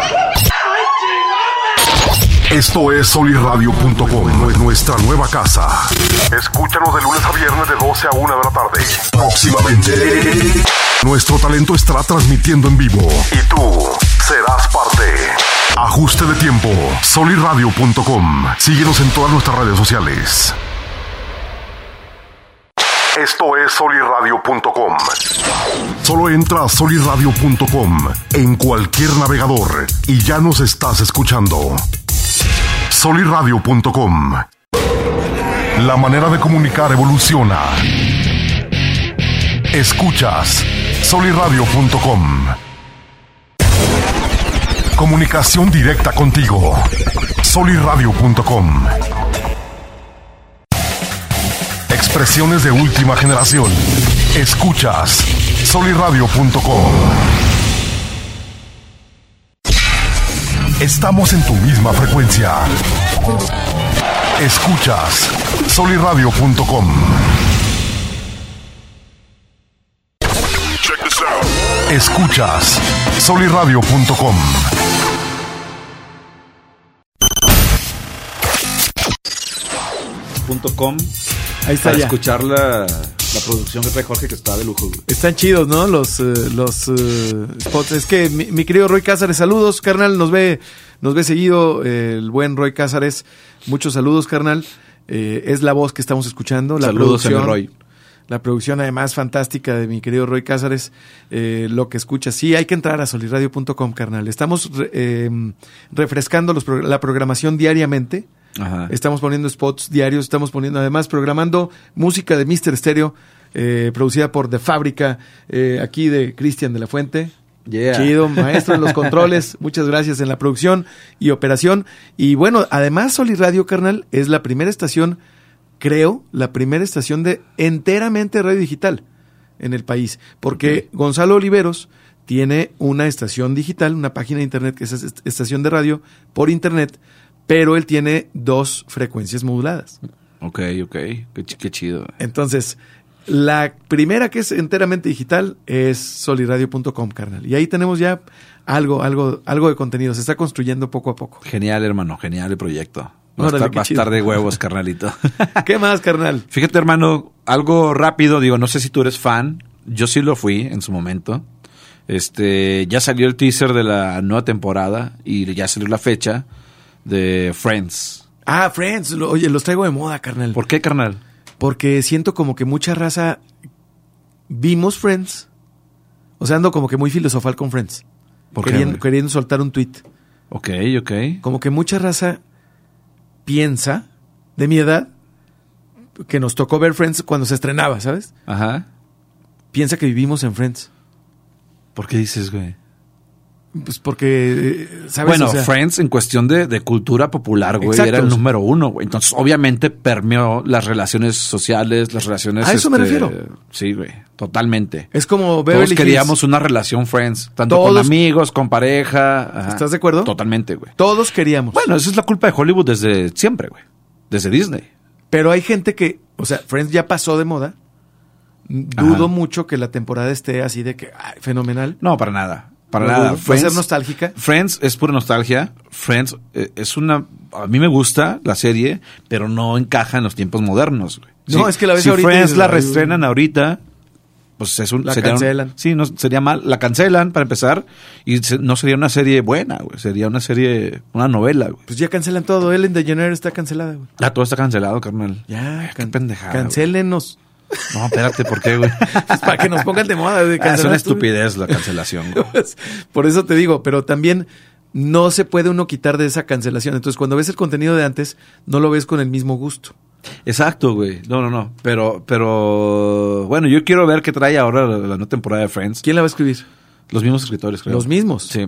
Speaker 1: Esto es solirradio.com, nuestra nueva casa. Escúchanos de lunes a viernes de 12 a 1 de la tarde. Próximamente. Nuestro talento estará transmitiendo en vivo. Y tú serás parte. Ajuste de tiempo. Solirradio.com. Síguenos en todas nuestras redes sociales. Esto es solirradio.com. Solo entra a solirradio.com en cualquier navegador y ya nos estás escuchando. Solirradio.com. La manera de comunicar evoluciona. Escuchas solirradio.com. Comunicación directa contigo. Solirradio.com. Expresiones de última generación. Escuchas solirradio.com. Estamos en tu misma frecuencia. Escuchas solirradio.com. Escuchas solirradio.com.
Speaker 3: Punto com
Speaker 2: Ahí está
Speaker 3: para
Speaker 2: ya.
Speaker 3: escuchar la, la producción que trae Jorge, que está de lujo. güey.
Speaker 2: Están chidos, ¿no? Los, eh, los eh, spots. Es que mi, mi querido Roy Cázares, saludos, carnal. Nos ve, nos ve seguido eh, el buen Roy Cázares. Muchos saludos, carnal. Eh, es la voz que estamos escuchando. La
Speaker 3: Saludos,
Speaker 2: producción,
Speaker 3: señor Roy.
Speaker 2: La producción, además, fantástica de mi querido Roy Cázares. Eh, lo que escucha. Sí, hay que entrar a solirradio.com, carnal. Estamos re- eh, refrescando los pro- la programación diariamente.
Speaker 3: Ajá.
Speaker 2: Estamos poniendo spots diarios, estamos poniendo además programando música de Mister Stereo, eh, producida por The Fábrica, eh, aquí de Cristian de la Fuente.
Speaker 3: Yeah.
Speaker 2: Chido, maestro en los controles, muchas gracias en la producción y operación. Y bueno, además Soli Radio Carnal es la primera estación, creo, la primera estación de enteramente radio digital en el país. Porque Gonzalo Oliveros tiene una estación digital, una página de internet que es est- estación de radio por internet, pero él tiene dos frecuencias moduladas.
Speaker 3: Ok, ok. Qué, ch- qué chido.
Speaker 2: Entonces, la primera que es enteramente digital es soliradio.com, carnal. Y ahí tenemos ya algo, algo, algo de contenido. Se está construyendo poco a poco.
Speaker 3: Genial, hermano. Genial el proyecto. Va a
Speaker 2: Órale,
Speaker 3: estar-
Speaker 2: qué
Speaker 3: va a
Speaker 2: chido.
Speaker 3: estar de huevos, carnalito.
Speaker 2: ¿Qué más, carnal?
Speaker 3: Fíjate, hermano, algo rápido, digo, no sé si tú eres fan, yo sí lo fui en su momento. Este, ya salió el teaser de la nueva temporada y ya salió la fecha de Friends.
Speaker 2: Ah, Friends. lo- oye, los traigo de moda, carnal.
Speaker 3: ¿Por qué, carnal?
Speaker 2: Porque siento como que mucha raza vimos Friends. O sea, ando como que muy filosofal con Friends.
Speaker 3: ¿Por qué,
Speaker 2: queriendo,
Speaker 3: güey?
Speaker 2: queriendo soltar un tweet.
Speaker 3: Ok, ok.
Speaker 2: Como que mucha raza piensa, de mi edad, que nos tocó ver Friends cuando se estrenaba, ¿sabes?
Speaker 3: Ajá.
Speaker 2: Piensa que vivimos en Friends.
Speaker 3: ¿Por qué dices, güey?
Speaker 2: Pues porque, eh, ¿sabes?
Speaker 3: Bueno,
Speaker 2: O sea,
Speaker 3: Friends en cuestión de, de cultura popular, güey,
Speaker 2: Exacto.
Speaker 3: era el número uno, güey. Entonces, obviamente permeó las relaciones sociales, las relaciones... este,
Speaker 2: A eso me refiero.
Speaker 3: Sí, güey, totalmente.
Speaker 2: Es como Beverly
Speaker 3: Todos
Speaker 2: Hills.
Speaker 3: queríamos una relación friends, tanto con
Speaker 2: Todos-
Speaker 3: amigos, con pareja. ajá.
Speaker 2: ¿Estás de acuerdo?
Speaker 3: Totalmente, güey.
Speaker 2: Todos queríamos.
Speaker 3: Bueno, esa es la culpa de Hollywood desde siempre, güey. Desde Disney.
Speaker 2: Pero hay gente que, o sea, Friends ya pasó de moda. Dudo Ajá. mucho que la temporada esté así de que ay, fenomenal.
Speaker 3: No, para nada. Para no, nada.
Speaker 2: Friends, ser nostálgica?
Speaker 3: Friends es pura nostalgia. Friends eh, es una. A mí me gusta la serie, pero no encaja en los tiempos modernos. Güey.
Speaker 2: No, si, es que la ves
Speaker 3: si
Speaker 2: ahorita.
Speaker 3: Friends la restrenan ahorita, pues es un,
Speaker 2: la sería cancelan.
Speaker 3: Un, sí, no, sería mal. La cancelan para empezar y se, no sería una serie buena, güey. Sería una serie, una novela, güey.
Speaker 2: Pues ya cancelan todo. Ellen DeGeneres está cancelada, güey.
Speaker 3: Ya todo está cancelado, carnal.
Speaker 2: Ya,
Speaker 3: Ay, qué pendejada.
Speaker 2: Cancélenos. Güey.
Speaker 3: No, espérate, ¿por qué, güey?
Speaker 2: Pues para que nos pongan de moda. De
Speaker 3: ah, es una estupidez la cancelación. Güey.
Speaker 2: Por eso te digo, pero también no se puede uno quitar de esa cancelación. Entonces, cuando ves el contenido de antes, no lo ves con el mismo gusto.
Speaker 3: Exacto, güey. No, no, no. Pero, pero, bueno, yo quiero ver qué trae ahora la, nueva temporada de Friends.
Speaker 2: ¿Quién la va a escribir?
Speaker 3: Los mismos escritores, creo.
Speaker 2: Los mismos.
Speaker 3: Sí.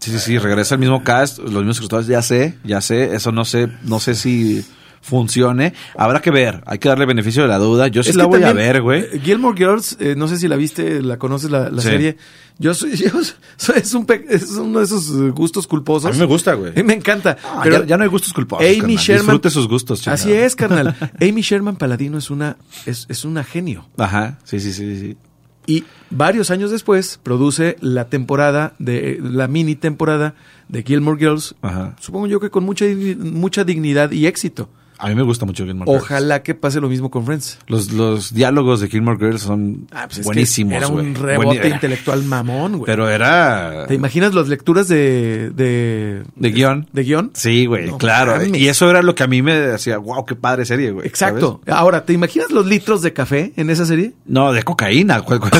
Speaker 3: Sí, sí, sí, regresa el mismo cast, los mismos escritores, ya sé, ya sé, eso no sé, no sé si funcione. Habrá que ver, hay que darle beneficio de la duda. Yo sí es la voy también, a ver, güey.
Speaker 2: eh, Gilmore Girls, eh, no sé si la viste, la conoces la, la sí. serie. Yo soy, yo soy es, un pe es, uno de esos gustos culposos.
Speaker 3: A mí me gusta, güey.
Speaker 2: Me encanta.
Speaker 3: Ah, pero ya, ya, no hay gustos culposos. Amy carnal. Sherman. Disfrute sus gustos,
Speaker 2: chingado. Así es, carnal. Amy Sherman Paladino es una, es, es una genio.
Speaker 3: Ajá, sí, sí, sí, sí.
Speaker 2: Y varios años después produce la temporada de la mini temporada de Gilmore Girls.
Speaker 3: Ajá.
Speaker 2: Supongo yo que con mucha, mucha dignidad y éxito.
Speaker 3: A mí me gusta mucho Gilmore
Speaker 2: Girls. Ojalá que pase lo mismo con Friends.
Speaker 3: Los, los diálogos de Gilmore Girls son ah, pues buenísimos.
Speaker 2: era un rebote Buen... intelectual mamón, güey.
Speaker 3: Pero era.
Speaker 2: ¿Te imaginas las lecturas de. de,
Speaker 3: ¿De guión?
Speaker 2: De guión.
Speaker 3: Sí, güey, no, claro. Mames. Y eso era lo que a mí me decía, wow, qué padre serie, güey.
Speaker 2: Exacto. ¿sabes? Ahora, ¿te imaginas los litros de café en esa serie?
Speaker 3: No, de cocaína. ¿cuál, cuál?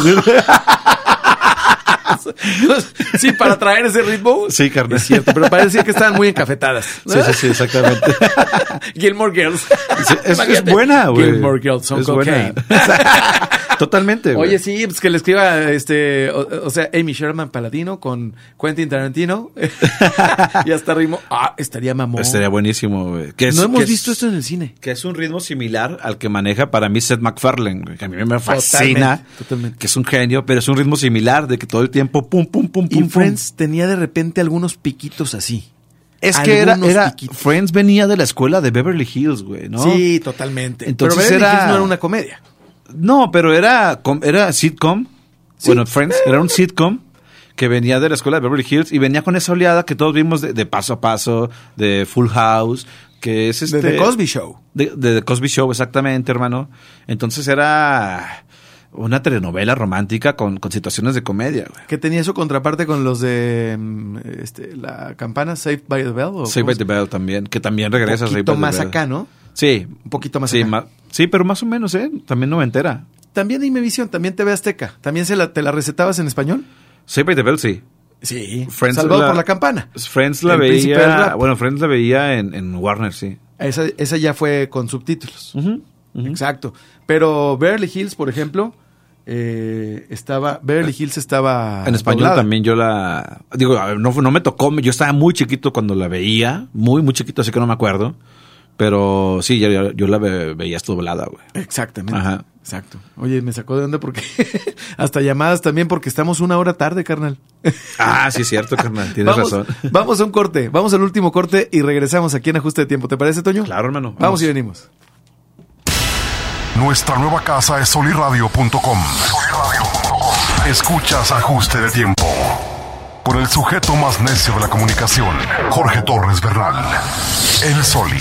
Speaker 2: sí, para traer ese ritmo.
Speaker 3: Sí, carnal.
Speaker 2: Es cierto, pero parecía que estaban muy encafetadas.
Speaker 3: Sí, sí, sí, exactamente.
Speaker 2: Gilmore Girls.
Speaker 3: Sí, es, es, buena, güey.
Speaker 2: Gilmore Girls son cocaine.
Speaker 3: Totalmente,
Speaker 2: güey. Oye, sí, pues que le escriba, este, o, o sea, Amy Sherman Paladino con Quentin Tarantino. y hasta ritmo. Ah, estaría mamón.
Speaker 3: Estaría buenísimo, güey.
Speaker 2: no hemos visto esto en el cine.
Speaker 3: Que es un ritmo similar al que maneja para mí Seth MacFarlane, que a mí me fascina.
Speaker 2: Totalmente, totalmente.
Speaker 3: Que es un genio, pero es un ritmo similar de que todo el tiempo, pum, pum, pum, pum.
Speaker 2: Y Friends pum. tenía de repente algunos piquitos así.
Speaker 3: Es que era, era piquitos. Friends venía de la escuela de Beverly Hills, güey, ¿no?
Speaker 2: Sí, totalmente. Entonces pero Beverly era... Hills no era una comedia.
Speaker 3: No, pero era, era sitcom. ¿Sí? Bueno, Friends era un sitcom que venía de la escuela de Beverly Hills y venía con esa oleada que todos vimos de, de paso a paso, de Full House, que es este.
Speaker 2: De The Cosby Show.
Speaker 3: De, de The Cosby Show, exactamente, hermano. Entonces era una telenovela romántica con, con situaciones de comedia. Güey.
Speaker 2: Que tenía su contraparte con los de este, la campana Saved by the Bell. ¿o
Speaker 3: Saved by the Bell también, que también regresa
Speaker 2: a Saved by Pues, más the Bell. acá, ¿no?
Speaker 3: Sí.
Speaker 2: Un poquito más
Speaker 3: sí,
Speaker 2: acá.
Speaker 3: Ma, sí, pero más o menos, ¿eh? También noventera.
Speaker 2: También Imevisión, también TV Azteca. ¿También se la, te la recetabas en español?
Speaker 3: Saved by the Bell, sí.
Speaker 2: Sí. Friends Salvado la, por la campana.
Speaker 3: Friends la El veía. Bueno, Friends la veía en, en Warner, sí.
Speaker 2: Esa, esa, ya fue con subtítulos.
Speaker 3: Uh -huh,
Speaker 2: uh -huh. Exacto. Pero Beverly Hills, por ejemplo, eh, estaba Beverly Hills estaba
Speaker 3: en español doblada. también yo la digo no no me tocó yo estaba muy chiquito cuando la veía muy muy chiquito así que no me acuerdo pero sí yo, yo, yo la ve, veía doblada güey
Speaker 2: exactamente Ajá. exacto oye me sacó de onda porque hasta llamadas también porque estamos una hora tarde carnal
Speaker 3: ah sí es cierto carnal tienes
Speaker 2: vamos,
Speaker 3: razón
Speaker 2: vamos a un corte vamos al último corte y regresamos aquí en ajuste de tiempo te parece Toño
Speaker 3: claro hermano
Speaker 2: vamos, vamos y venimos
Speaker 1: nuestra nueva casa es soliradio.com. Escuchas ajuste de tiempo. Con el sujeto más necio de la comunicación, Jorge Torres Bernal. El Soli.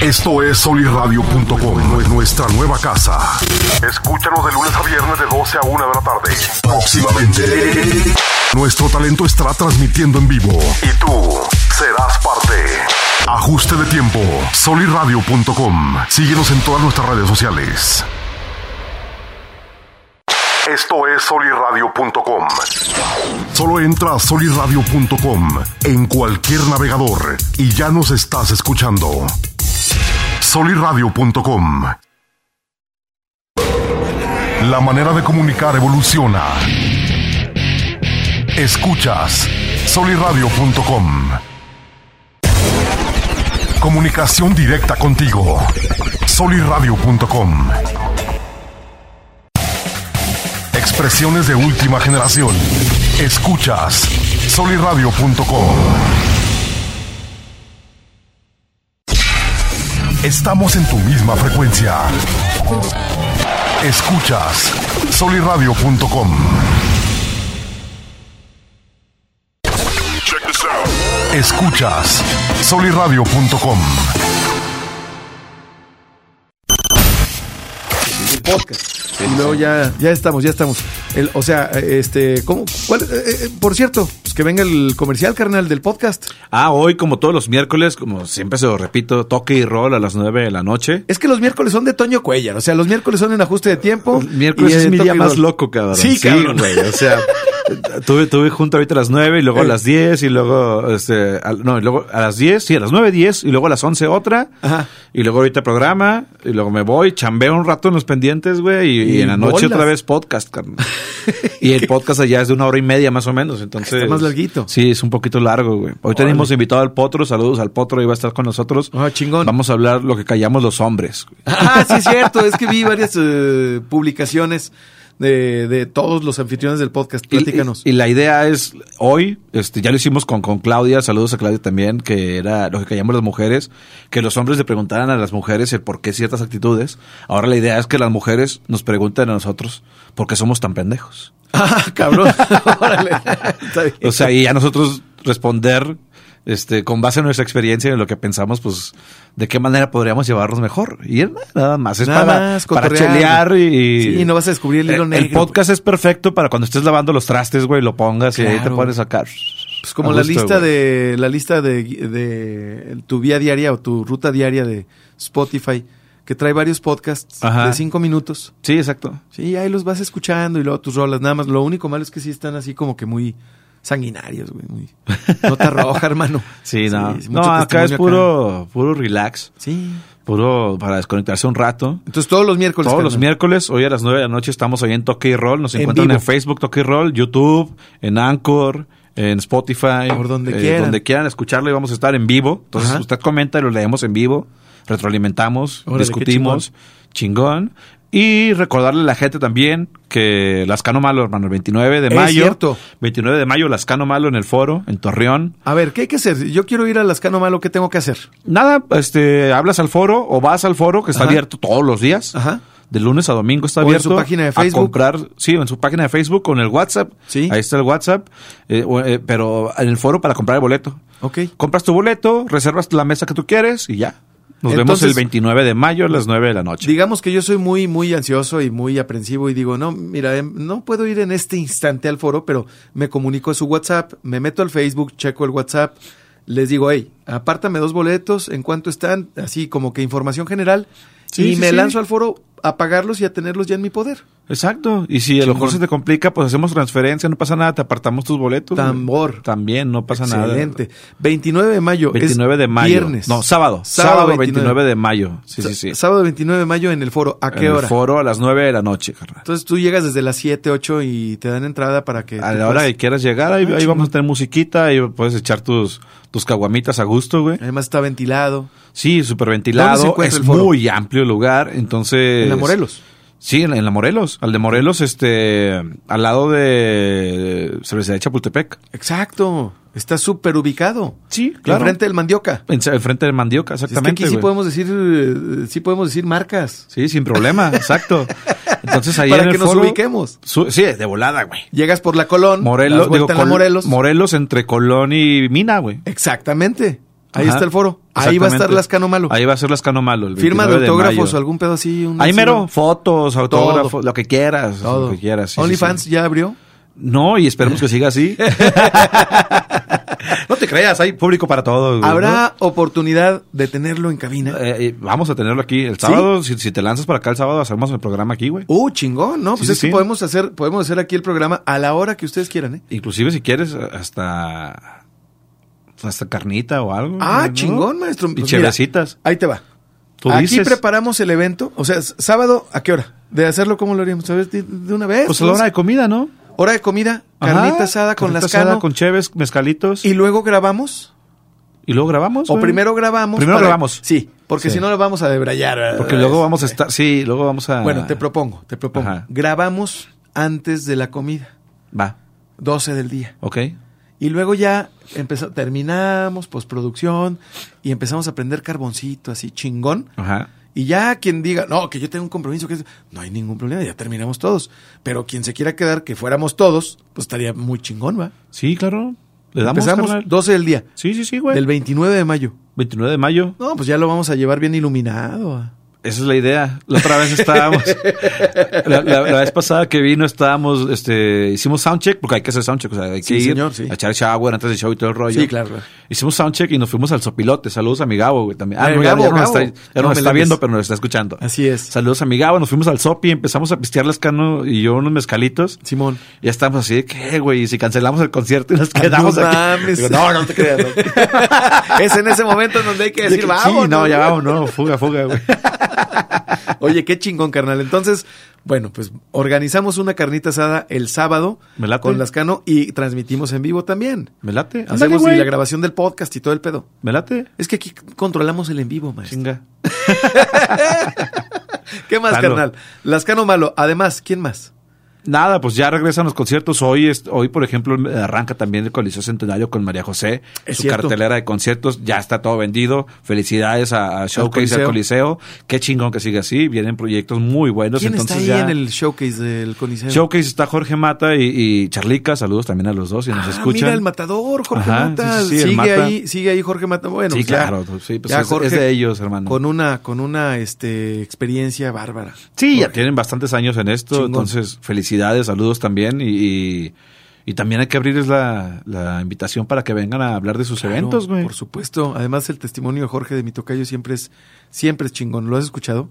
Speaker 1: Esto es solirradio.com, nuestra nueva casa. Escúchanos de lunes a viernes de 12 a 1 de la tarde. Próximamente. Nuestro talento estará transmitiendo en vivo. Y tú serás parte. Ajuste de tiempo. Solirradio.com. Síguenos en todas nuestras redes sociales. Esto es solirradio.com. Solo entra a solirradio.com en cualquier navegador y ya nos estás escuchando. soliradio.com. La manera de comunicar evoluciona. Escuchas soliradio.com. Comunicación directa contigo. soliradio.com. Expresiones de última generación. Escuchas soliradio.com. Estamos en tu misma frecuencia. Escuchas soliradio.com. Escuchas soliradio.com.
Speaker 2: el podcast. y luego ya, ya estamos, ya estamos. El- o sea, este, ¿cómo? ¿Cuál? Eh, eh, por cierto, pues que venga el comercial, carnal, del podcast.
Speaker 3: Ah, hoy, como todos los miércoles, como siempre se lo repito, toque y rol a las 9 de la noche.
Speaker 2: Es que los miércoles son de Toño Cuellar, o sea, los miércoles son en ajuste de tiempo.
Speaker 3: Miércoles
Speaker 2: y,
Speaker 3: es
Speaker 2: eh,
Speaker 3: mi
Speaker 2: toque
Speaker 3: día
Speaker 2: y
Speaker 3: más
Speaker 2: rol.
Speaker 3: loco, cabrón.
Speaker 2: Sí, cabrón.
Speaker 3: güey. O sea, tuve, tuve junto ahorita a las 9 y luego a
Speaker 2: Eh.
Speaker 3: las 10 y luego, este, al- no, y luego a las 10, sí, a las 9, 10 y luego a las 11 otra.
Speaker 2: Ajá.
Speaker 3: Y luego ahorita programa y luego me voy, chambeo un rato en los pendientes, güey, y, y en la
Speaker 2: Y
Speaker 3: noche
Speaker 2: bolas.
Speaker 3: otra vez podcast, carnal. y el podcast allá es de una hora y media más o menos, entonces.
Speaker 2: Está más larguito.
Speaker 3: Sí, es un poquito largo, güey. Hoy tenemos invitado al Potro, saludos al Potro, iba a estar con nosotros.
Speaker 2: Ah, chingón.
Speaker 3: Vamos a hablar lo que callamos los hombres. güey.
Speaker 2: Ah, sí, es cierto. Es que vi varias eh, publicaciones de, de todos los anfitriones del podcast.
Speaker 3: Y-
Speaker 2: Platícanos.
Speaker 3: Y, y la idea es, hoy, este, ya lo hicimos con, con Claudia, saludos a Claudia también, que era lo que callamos las mujeres, que los hombres le preguntaran a las mujeres el por qué ciertas actitudes. Ahora la idea es que las mujeres nos pregunten a nosotros por qué somos tan pendejos.
Speaker 2: Ah, cabrón. Órale. Está bien.
Speaker 3: O sea, y a nosotros responder, este, con base en nuestra experiencia y en lo que pensamos, pues, de qué manera podríamos llevarnos mejor. Y es nada más, es
Speaker 2: Nada
Speaker 3: para,
Speaker 2: más,
Speaker 3: para
Speaker 2: cotorrear.
Speaker 3: chelear y.
Speaker 2: Sí, no vas a descubrir el hilo negro.
Speaker 3: Eh,
Speaker 2: pues,
Speaker 3: podcast es perfecto para cuando estés lavando los trastes, güey, lo pongas y ahí te
Speaker 2: Claro.
Speaker 3: puedes sacar.
Speaker 2: Pues como
Speaker 3: A
Speaker 2: la
Speaker 3: gusto,
Speaker 2: lista
Speaker 3: güey.
Speaker 2: de la lista de, de tu vía diaria o tu ruta diaria de Spotify que trae varios podcasts
Speaker 3: Ajá.
Speaker 2: de cinco minutos.
Speaker 3: Sí, exacto.
Speaker 2: Sí, ahí los vas escuchando y luego tus rolas nada más. Lo único malo es que sí están así como que muy sanguinarios, güey. Muy... Nota roja, hermano.
Speaker 3: Sí, no.
Speaker 2: mucho
Speaker 3: no, acá es
Speaker 2: testimonio
Speaker 3: puro, puro relax,
Speaker 2: Sí.
Speaker 3: puro para desconectarse un rato.
Speaker 2: Entonces todos los miércoles.
Speaker 3: Todos los
Speaker 2: carnal.
Speaker 3: miércoles, hoy a las 9 de la noche estamos ahí en Toque y Roll. Nos
Speaker 2: En
Speaker 3: encuentran
Speaker 2: vivo.
Speaker 3: en Facebook, Toque y Roll, YouTube, en Anchor, en Spotify. eh,
Speaker 2: Por donde quieran.
Speaker 3: Donde quieran escucharlo y vamos a estar en vivo. Entonces
Speaker 2: Ajá.
Speaker 3: usted comenta y lo leemos en vivo, retroalimentamos,
Speaker 2: Órale,
Speaker 3: discutimos, chingón. Y recordarle a la gente también que Las Cano Malo, hermano, el 29 de
Speaker 2: Es
Speaker 3: mayo.
Speaker 2: cierto.
Speaker 3: 29 de mayo, Las Cano Malo en el foro, en Torreón.
Speaker 2: A ver, ¿qué hay que hacer? Yo quiero ir a Lascano Malo, ¿qué tengo que hacer?
Speaker 3: Nada, este, hablas al foro o vas al foro que está
Speaker 2: Ajá.
Speaker 3: abierto todos los días.
Speaker 2: Ajá.
Speaker 3: De lunes a domingo está
Speaker 2: O en
Speaker 3: abierto.
Speaker 2: su página de
Speaker 3: a
Speaker 2: Facebook.
Speaker 3: comprar, sí, en su página de Facebook o en el WhatsApp.
Speaker 2: Sí.
Speaker 3: Ahí está el WhatsApp. eh, o, eh, pero en el foro para comprar el boleto.
Speaker 2: Ok.
Speaker 3: Compras tu boleto, reservas la mesa que tú quieres y ya. Nos vemos
Speaker 2: Entonces-
Speaker 3: el 29 de mayo a las 9 de la noche.
Speaker 2: Digamos que yo soy muy, muy ansioso y muy aprensivo y digo, no, mira, em, no puedo ir en este instante al foro, pero me comunico a su WhatsApp, me meto al Facebook, checo el WhatsApp, les digo, hey, apártame dos boletos, en cuánto están, así como que información general,
Speaker 3: Sí,
Speaker 2: y
Speaker 3: sí,
Speaker 2: me
Speaker 3: sí.
Speaker 2: lanzo al foro a pagarlos y a tenerlos ya en mi poder.
Speaker 3: Exacto. Y si a lo mejor
Speaker 2: Chingón.
Speaker 3: se te complica, pues hacemos transferencia, no pasa nada, te apartamos tus boletos. güey.
Speaker 2: Tambor.
Speaker 3: También, no pasa nada.
Speaker 2: Excelente. 29 de mayo. es
Speaker 3: 29 de mayo.
Speaker 2: Viernes.
Speaker 3: No, sábado. Sábado, 29 de mayo. Sí, sí, sí.
Speaker 2: Sábado 29 de mayo en el foro. ¿A qué
Speaker 3: en
Speaker 2: hora?
Speaker 3: El foro a las 9 de la noche, carnal.
Speaker 2: Entonces tú llegas desde las 7, 8 y te dan entrada para que...
Speaker 3: A
Speaker 2: Eh, tú
Speaker 3: la hora
Speaker 2: puedas-
Speaker 3: que quieras llegar, ahí,
Speaker 2: Ah,
Speaker 3: ahí
Speaker 2: chingón.
Speaker 3: vamos a tener musiquita, ahí puedes echar tus, tus caguamitas a gusto, güey.
Speaker 2: Además está ventilado.
Speaker 3: Sí, súper ventilado,
Speaker 2: Eh. encuentra
Speaker 3: es
Speaker 2: el foro?
Speaker 3: muy amplio el lugar, entonces...
Speaker 2: En la Morelos.
Speaker 3: Sí, en la, en la Morelos, al de Morelos, este, al lado de Cervecería Chapultepec.
Speaker 2: Exacto. Está súper ubicado.
Speaker 3: Sí, claro.
Speaker 2: Enfrente del mandioca.
Speaker 3: En, el frente del Mandioca,
Speaker 2: Si es que
Speaker 3: exactamente.
Speaker 2: aquí sí
Speaker 3: güey.
Speaker 2: podemos decir, eh, sí podemos decir marcas.
Speaker 3: Sí, sin problema, exacto. Entonces ahí
Speaker 2: Para
Speaker 3: en
Speaker 2: que
Speaker 3: el
Speaker 2: nos
Speaker 3: foro-
Speaker 2: ubiquemos.
Speaker 3: Su- sí, de volada, güey.
Speaker 2: Llegas por la Colón,
Speaker 3: Morelos,
Speaker 2: das vuelta
Speaker 3: digo,
Speaker 2: en la
Speaker 3: Col-
Speaker 2: Morelos.
Speaker 3: Morelos entre Colón y Mina, güey.
Speaker 2: Exactamente. Ahí
Speaker 3: Ajá.
Speaker 2: está el foro. Ahí va a estar
Speaker 3: Exactamente.
Speaker 2: Lascano Malo.
Speaker 3: Ahí va a ser Lascano Malo. el
Speaker 2: Firma de
Speaker 3: 29
Speaker 2: autógrafos,
Speaker 3: mayo.
Speaker 2: algún pedo así. un-
Speaker 3: Ahí mero, fotos, autógrafos,
Speaker 2: Todo.
Speaker 3: lo que quieras,
Speaker 2: Todo.
Speaker 3: lo que quieras. sí, sí,
Speaker 2: OnlyFans
Speaker 3: sí.
Speaker 2: ya abrió.
Speaker 3: No, y esperemos que siga así. no te creas, hay público para todo. güey,
Speaker 2: Habrá oportunidad de tenerlo en
Speaker 3: ¿no?
Speaker 2: cabina.
Speaker 3: Eh, eh, vamos a tenerlo aquí el sábado. Si, si te lanzas para acá el sábado, hacemos el programa aquí, güey.
Speaker 2: Uh, chingón, ¿no?
Speaker 3: Sí,
Speaker 2: Pues
Speaker 3: sí,
Speaker 2: es que
Speaker 3: sí.
Speaker 2: podemos hacer, podemos hacer aquí el programa a la hora que ustedes quieran, ¿eh?
Speaker 3: Inclusive si quieres hasta hasta carnita o algo.
Speaker 2: Ah,
Speaker 3: ¿no?
Speaker 2: chingón, maestro.
Speaker 3: Y
Speaker 2: Pues mira,
Speaker 3: chevecitas.
Speaker 2: Ahí te va.
Speaker 3: Tú
Speaker 2: Aquí
Speaker 3: dices.
Speaker 2: preparamos el evento. O sea, s- sábado, ¿a qué hora? De hacerlo, ¿cómo lo haríamos? A ver, de- de una vez.
Speaker 3: Pues a la hora de comida, ¿no?
Speaker 2: Hora de comida, carnita
Speaker 3: Ajá,
Speaker 2: asada con
Speaker 3: carnita
Speaker 2: las
Speaker 3: asada,
Speaker 2: canas.
Speaker 3: con cheves, mezcalitos.
Speaker 2: Y
Speaker 3: Y,
Speaker 2: luego grabamos.
Speaker 3: luego grabamos.
Speaker 2: O
Speaker 3: güey.
Speaker 2: primero grabamos.
Speaker 3: Primero grabamos.
Speaker 2: Sí, porque
Speaker 3: Sí.
Speaker 2: si no lo vamos a debrayar.
Speaker 3: Porque luego vamos a estar. Sí, luego vamos a.
Speaker 2: Bueno, te propongo, te propongo.
Speaker 3: Ajá.
Speaker 2: Grabamos antes de la comida,
Speaker 3: Va.
Speaker 2: 12 del día.
Speaker 3: Ok.
Speaker 2: Y luego ya empezó, terminamos postproducción y empezamos a prender carboncito así chingón.
Speaker 3: Ajá.
Speaker 2: Y ya quien diga, no, que yo tengo un compromiso, que es-". no hay ningún problema, ya terminamos todos. Pero quien se quiera quedar, que fuéramos todos, pues estaría muy chingón, ¿va?
Speaker 3: Sí, claro. Le damos.
Speaker 2: Empezamos
Speaker 3: carnal.
Speaker 2: 12 del día,
Speaker 3: Sí, sí, sí, güey.
Speaker 2: del 29 de mayo.
Speaker 3: 29 de mayo.
Speaker 2: No, pues ya lo vamos a llevar bien iluminado. ¿va?
Speaker 3: Esa es la idea. La otra vez estábamos. la, la- la vez pasada que vino, estábamos. este Hicimos soundcheck, porque hay que hacer soundcheck. O sea, hay que
Speaker 2: Sí,
Speaker 3: ir
Speaker 2: señor, sí.
Speaker 3: a echar shower antes del show y todo el rollo.
Speaker 2: Sí, claro, claro.
Speaker 3: Hicimos soundcheck y nos fuimos al Sopilote. Saludos a mi Gabo, güey, también. Ah,
Speaker 2: Eh,
Speaker 3: no,
Speaker 2: Gabo,
Speaker 3: Gabo, ya no nos
Speaker 2: Gabo.
Speaker 3: está, ya no
Speaker 2: No
Speaker 3: nos
Speaker 2: me
Speaker 3: está
Speaker 2: la
Speaker 3: viendo,
Speaker 2: des.
Speaker 3: pero nos está escuchando.
Speaker 2: Así es.
Speaker 3: Saludos a mi Gabo. Nos fuimos al Sopi, empezamos a pistear las cano y yo unos mezcalitos.
Speaker 2: Simón.
Speaker 3: Ya estamos así de que, "Eh, güey, si cancelamos el concierto y nos quedamos
Speaker 2: Ah, no
Speaker 3: aquí.
Speaker 2: mames.
Speaker 3: Digo, no, no te creas. no.
Speaker 2: es en ese momento en donde hay que
Speaker 3: Sí,
Speaker 2: decir, vamos.
Speaker 3: no, ya vamos, no, fuga, fuga, güey.
Speaker 2: Oye, qué chingón, carnal. Entonces, bueno, pues organizamos una carnita asada el sábado
Speaker 3: Me late.
Speaker 2: con Lascano y transmitimos en vivo también.
Speaker 3: Me late. Ándale,
Speaker 2: Hacemos y
Speaker 3: güey.
Speaker 2: la grabación del podcast y todo el pedo.
Speaker 3: Me late.
Speaker 2: Es que aquí controlamos el en vivo, maestro.
Speaker 3: Chinga.
Speaker 2: ¿Qué más,
Speaker 3: Malo.
Speaker 2: carnal? Lascano malo. Además, ¿quién más?
Speaker 3: Nada, pues ya regresan los conciertos. Hoy, es- hoy por ejemplo, arranca también el Coliseo Centenario con María José.
Speaker 2: Es
Speaker 3: su
Speaker 2: cierto.
Speaker 3: cartelera de conciertos ya está todo vendido. Felicidades a, a Showcase al
Speaker 2: Coliseo.
Speaker 3: Coliseo. Qué chingón que sigue así. Vienen proyectos muy buenos.
Speaker 2: ¿Quién
Speaker 3: Entonces
Speaker 2: está ahí
Speaker 3: ya-
Speaker 2: en el showcase del Coliseo?
Speaker 3: Showcase está Jorge Mata y, y Charlica. Saludos también a los dos si nos
Speaker 2: Ah,
Speaker 3: escuchan.
Speaker 2: Mira, el matador, Jorge
Speaker 3: Ajá,
Speaker 2: Mata.
Speaker 3: sí, sí, sí, el
Speaker 2: sigue
Speaker 3: Mata.
Speaker 2: ahí, sigue ahí Jorge Mata. Bueno,
Speaker 3: Sí,
Speaker 2: pues ya-
Speaker 3: claro, pues sí, pues
Speaker 2: ya
Speaker 3: es- es de ellos, hermano.
Speaker 2: Con una, con una este, experiencia bárbara.
Speaker 3: Sí, ya
Speaker 2: Jorge.
Speaker 3: tienen bastantes años en esto,
Speaker 2: Chingón.
Speaker 3: entonces felicidades, saludos también y, y, y también hay que abrirles la, la invitación para que vengan a hablar de sus
Speaker 2: Claro,
Speaker 3: Pues, eventos, güey.
Speaker 2: Por supuesto. Además, el testimonio de Jorge de mi tocayo siempre es, siempre es chingón. ¿Lo has escuchado?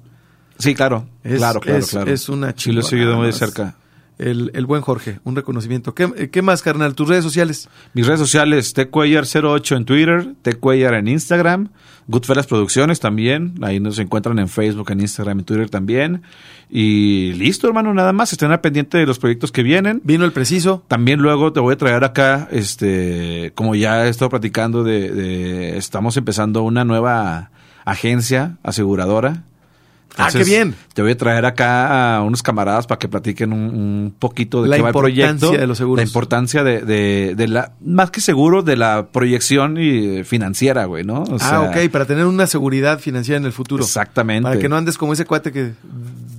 Speaker 3: Sí, claro,
Speaker 2: Es-
Speaker 3: claro, claro,
Speaker 2: es-
Speaker 3: claro.
Speaker 2: es una
Speaker 3: Sí, lo he
Speaker 2: chingona,
Speaker 3: seguido muy de
Speaker 2: además.
Speaker 3: cerca.
Speaker 2: El, el buen Jorge, un reconocimiento. ¿Qué, eh, qué más, carnal? ¿Tus redes sociales?
Speaker 3: Mis redes sociales, tcuellar08 en Twitter, tcuellar en Instagram, Goodfellas Producciones también, ahí nos encuentran en Facebook, en Instagram, en Twitter también. Y listo, hermano, nada más, estén al pendiente de los proyectos que vienen.
Speaker 2: Vino el preciso.
Speaker 3: También luego te voy a traer acá, este, como ya he estado platicando, de, de- estamos empezando una nueva agencia aseguradora.
Speaker 2: Ah, qué bien.
Speaker 3: Te voy a traer acá a unos camaradas para que platiquen un, un poquito de
Speaker 2: La
Speaker 3: qué va el proyecto.
Speaker 2: importancia de los seguros.
Speaker 3: La importancia de, de- de la, más que seguro, de la proyección y eh, financiera, güey, ¿no? O sea,
Speaker 2: ah, ok, para tener una seguridad financiera en el futuro.
Speaker 3: Exactamente.
Speaker 2: Para que no andes como ese cuate que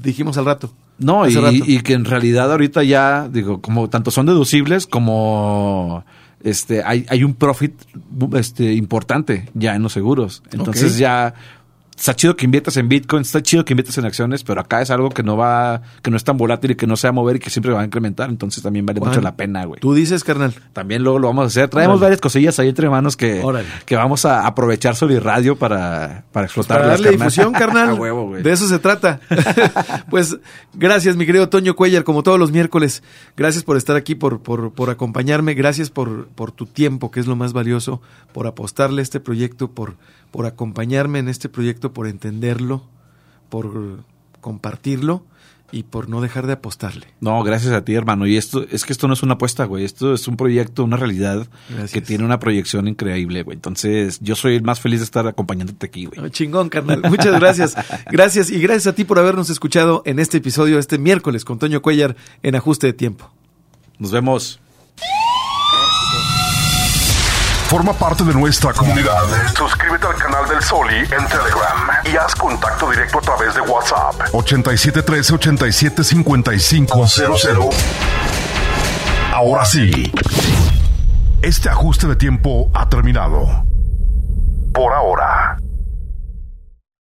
Speaker 2: dijimos al rato.
Speaker 3: No, y,
Speaker 2: hace rato.
Speaker 3: y que en realidad ahorita ya, digo, como tanto son deducibles como este hay, hay un profit este importante ya en los seguros. Entonces
Speaker 2: Ok.
Speaker 3: ya está chido que inviertas en Bitcoin, está chido que inviertas en acciones, pero acá es algo que no va que no es tan volátil y que no se va a mover y que siempre va a incrementar, entonces también vale mucho
Speaker 2: Juan,
Speaker 3: la pena, güey.
Speaker 2: Tú dices, carnal.
Speaker 3: También luego lo vamos a hacer. Traemos
Speaker 2: Órale.
Speaker 3: varias cosillas ahí entre manos que,
Speaker 2: Órale.
Speaker 3: que vamos a aprovechar sobre radio para, para explotar
Speaker 2: Para
Speaker 3: las
Speaker 2: darle
Speaker 3: carnal.
Speaker 2: difusión, carnal.
Speaker 3: A huevo, güey.
Speaker 2: De eso se trata. pues gracias, mi querido Toño Cuellar, como todos los miércoles. Gracias por estar aquí, por, por, por acompañarme. Gracias por, por tu tiempo, que es lo más valioso, por apostarle a este proyecto, por, por acompañarme en este proyecto, por entenderlo, por compartirlo y por no dejar de apostarle.
Speaker 3: No, gracias a ti, hermano. Y esto es que esto no es una apuesta, güey. Esto es un proyecto, una realidad
Speaker 2: Gracias.
Speaker 3: que tiene una proyección increíble, güey. Entonces, yo soy el más feliz de estar acompañándote aquí, güey.
Speaker 2: Ah, Chingón, carnal. Muchas gracias. Gracias y gracias a ti por habernos escuchado en este episodio, este miércoles, con Toño Cuellar en Ajuste de Tiempo.
Speaker 3: Nos vemos.
Speaker 1: Forma parte de nuestra comunidad. Suscríbete al canal del Soli en Telegram y haz contacto directo a través de WhatsApp. 8713-875500. Ahora sí. Este ajuste de tiempo ha terminado. Por ahora.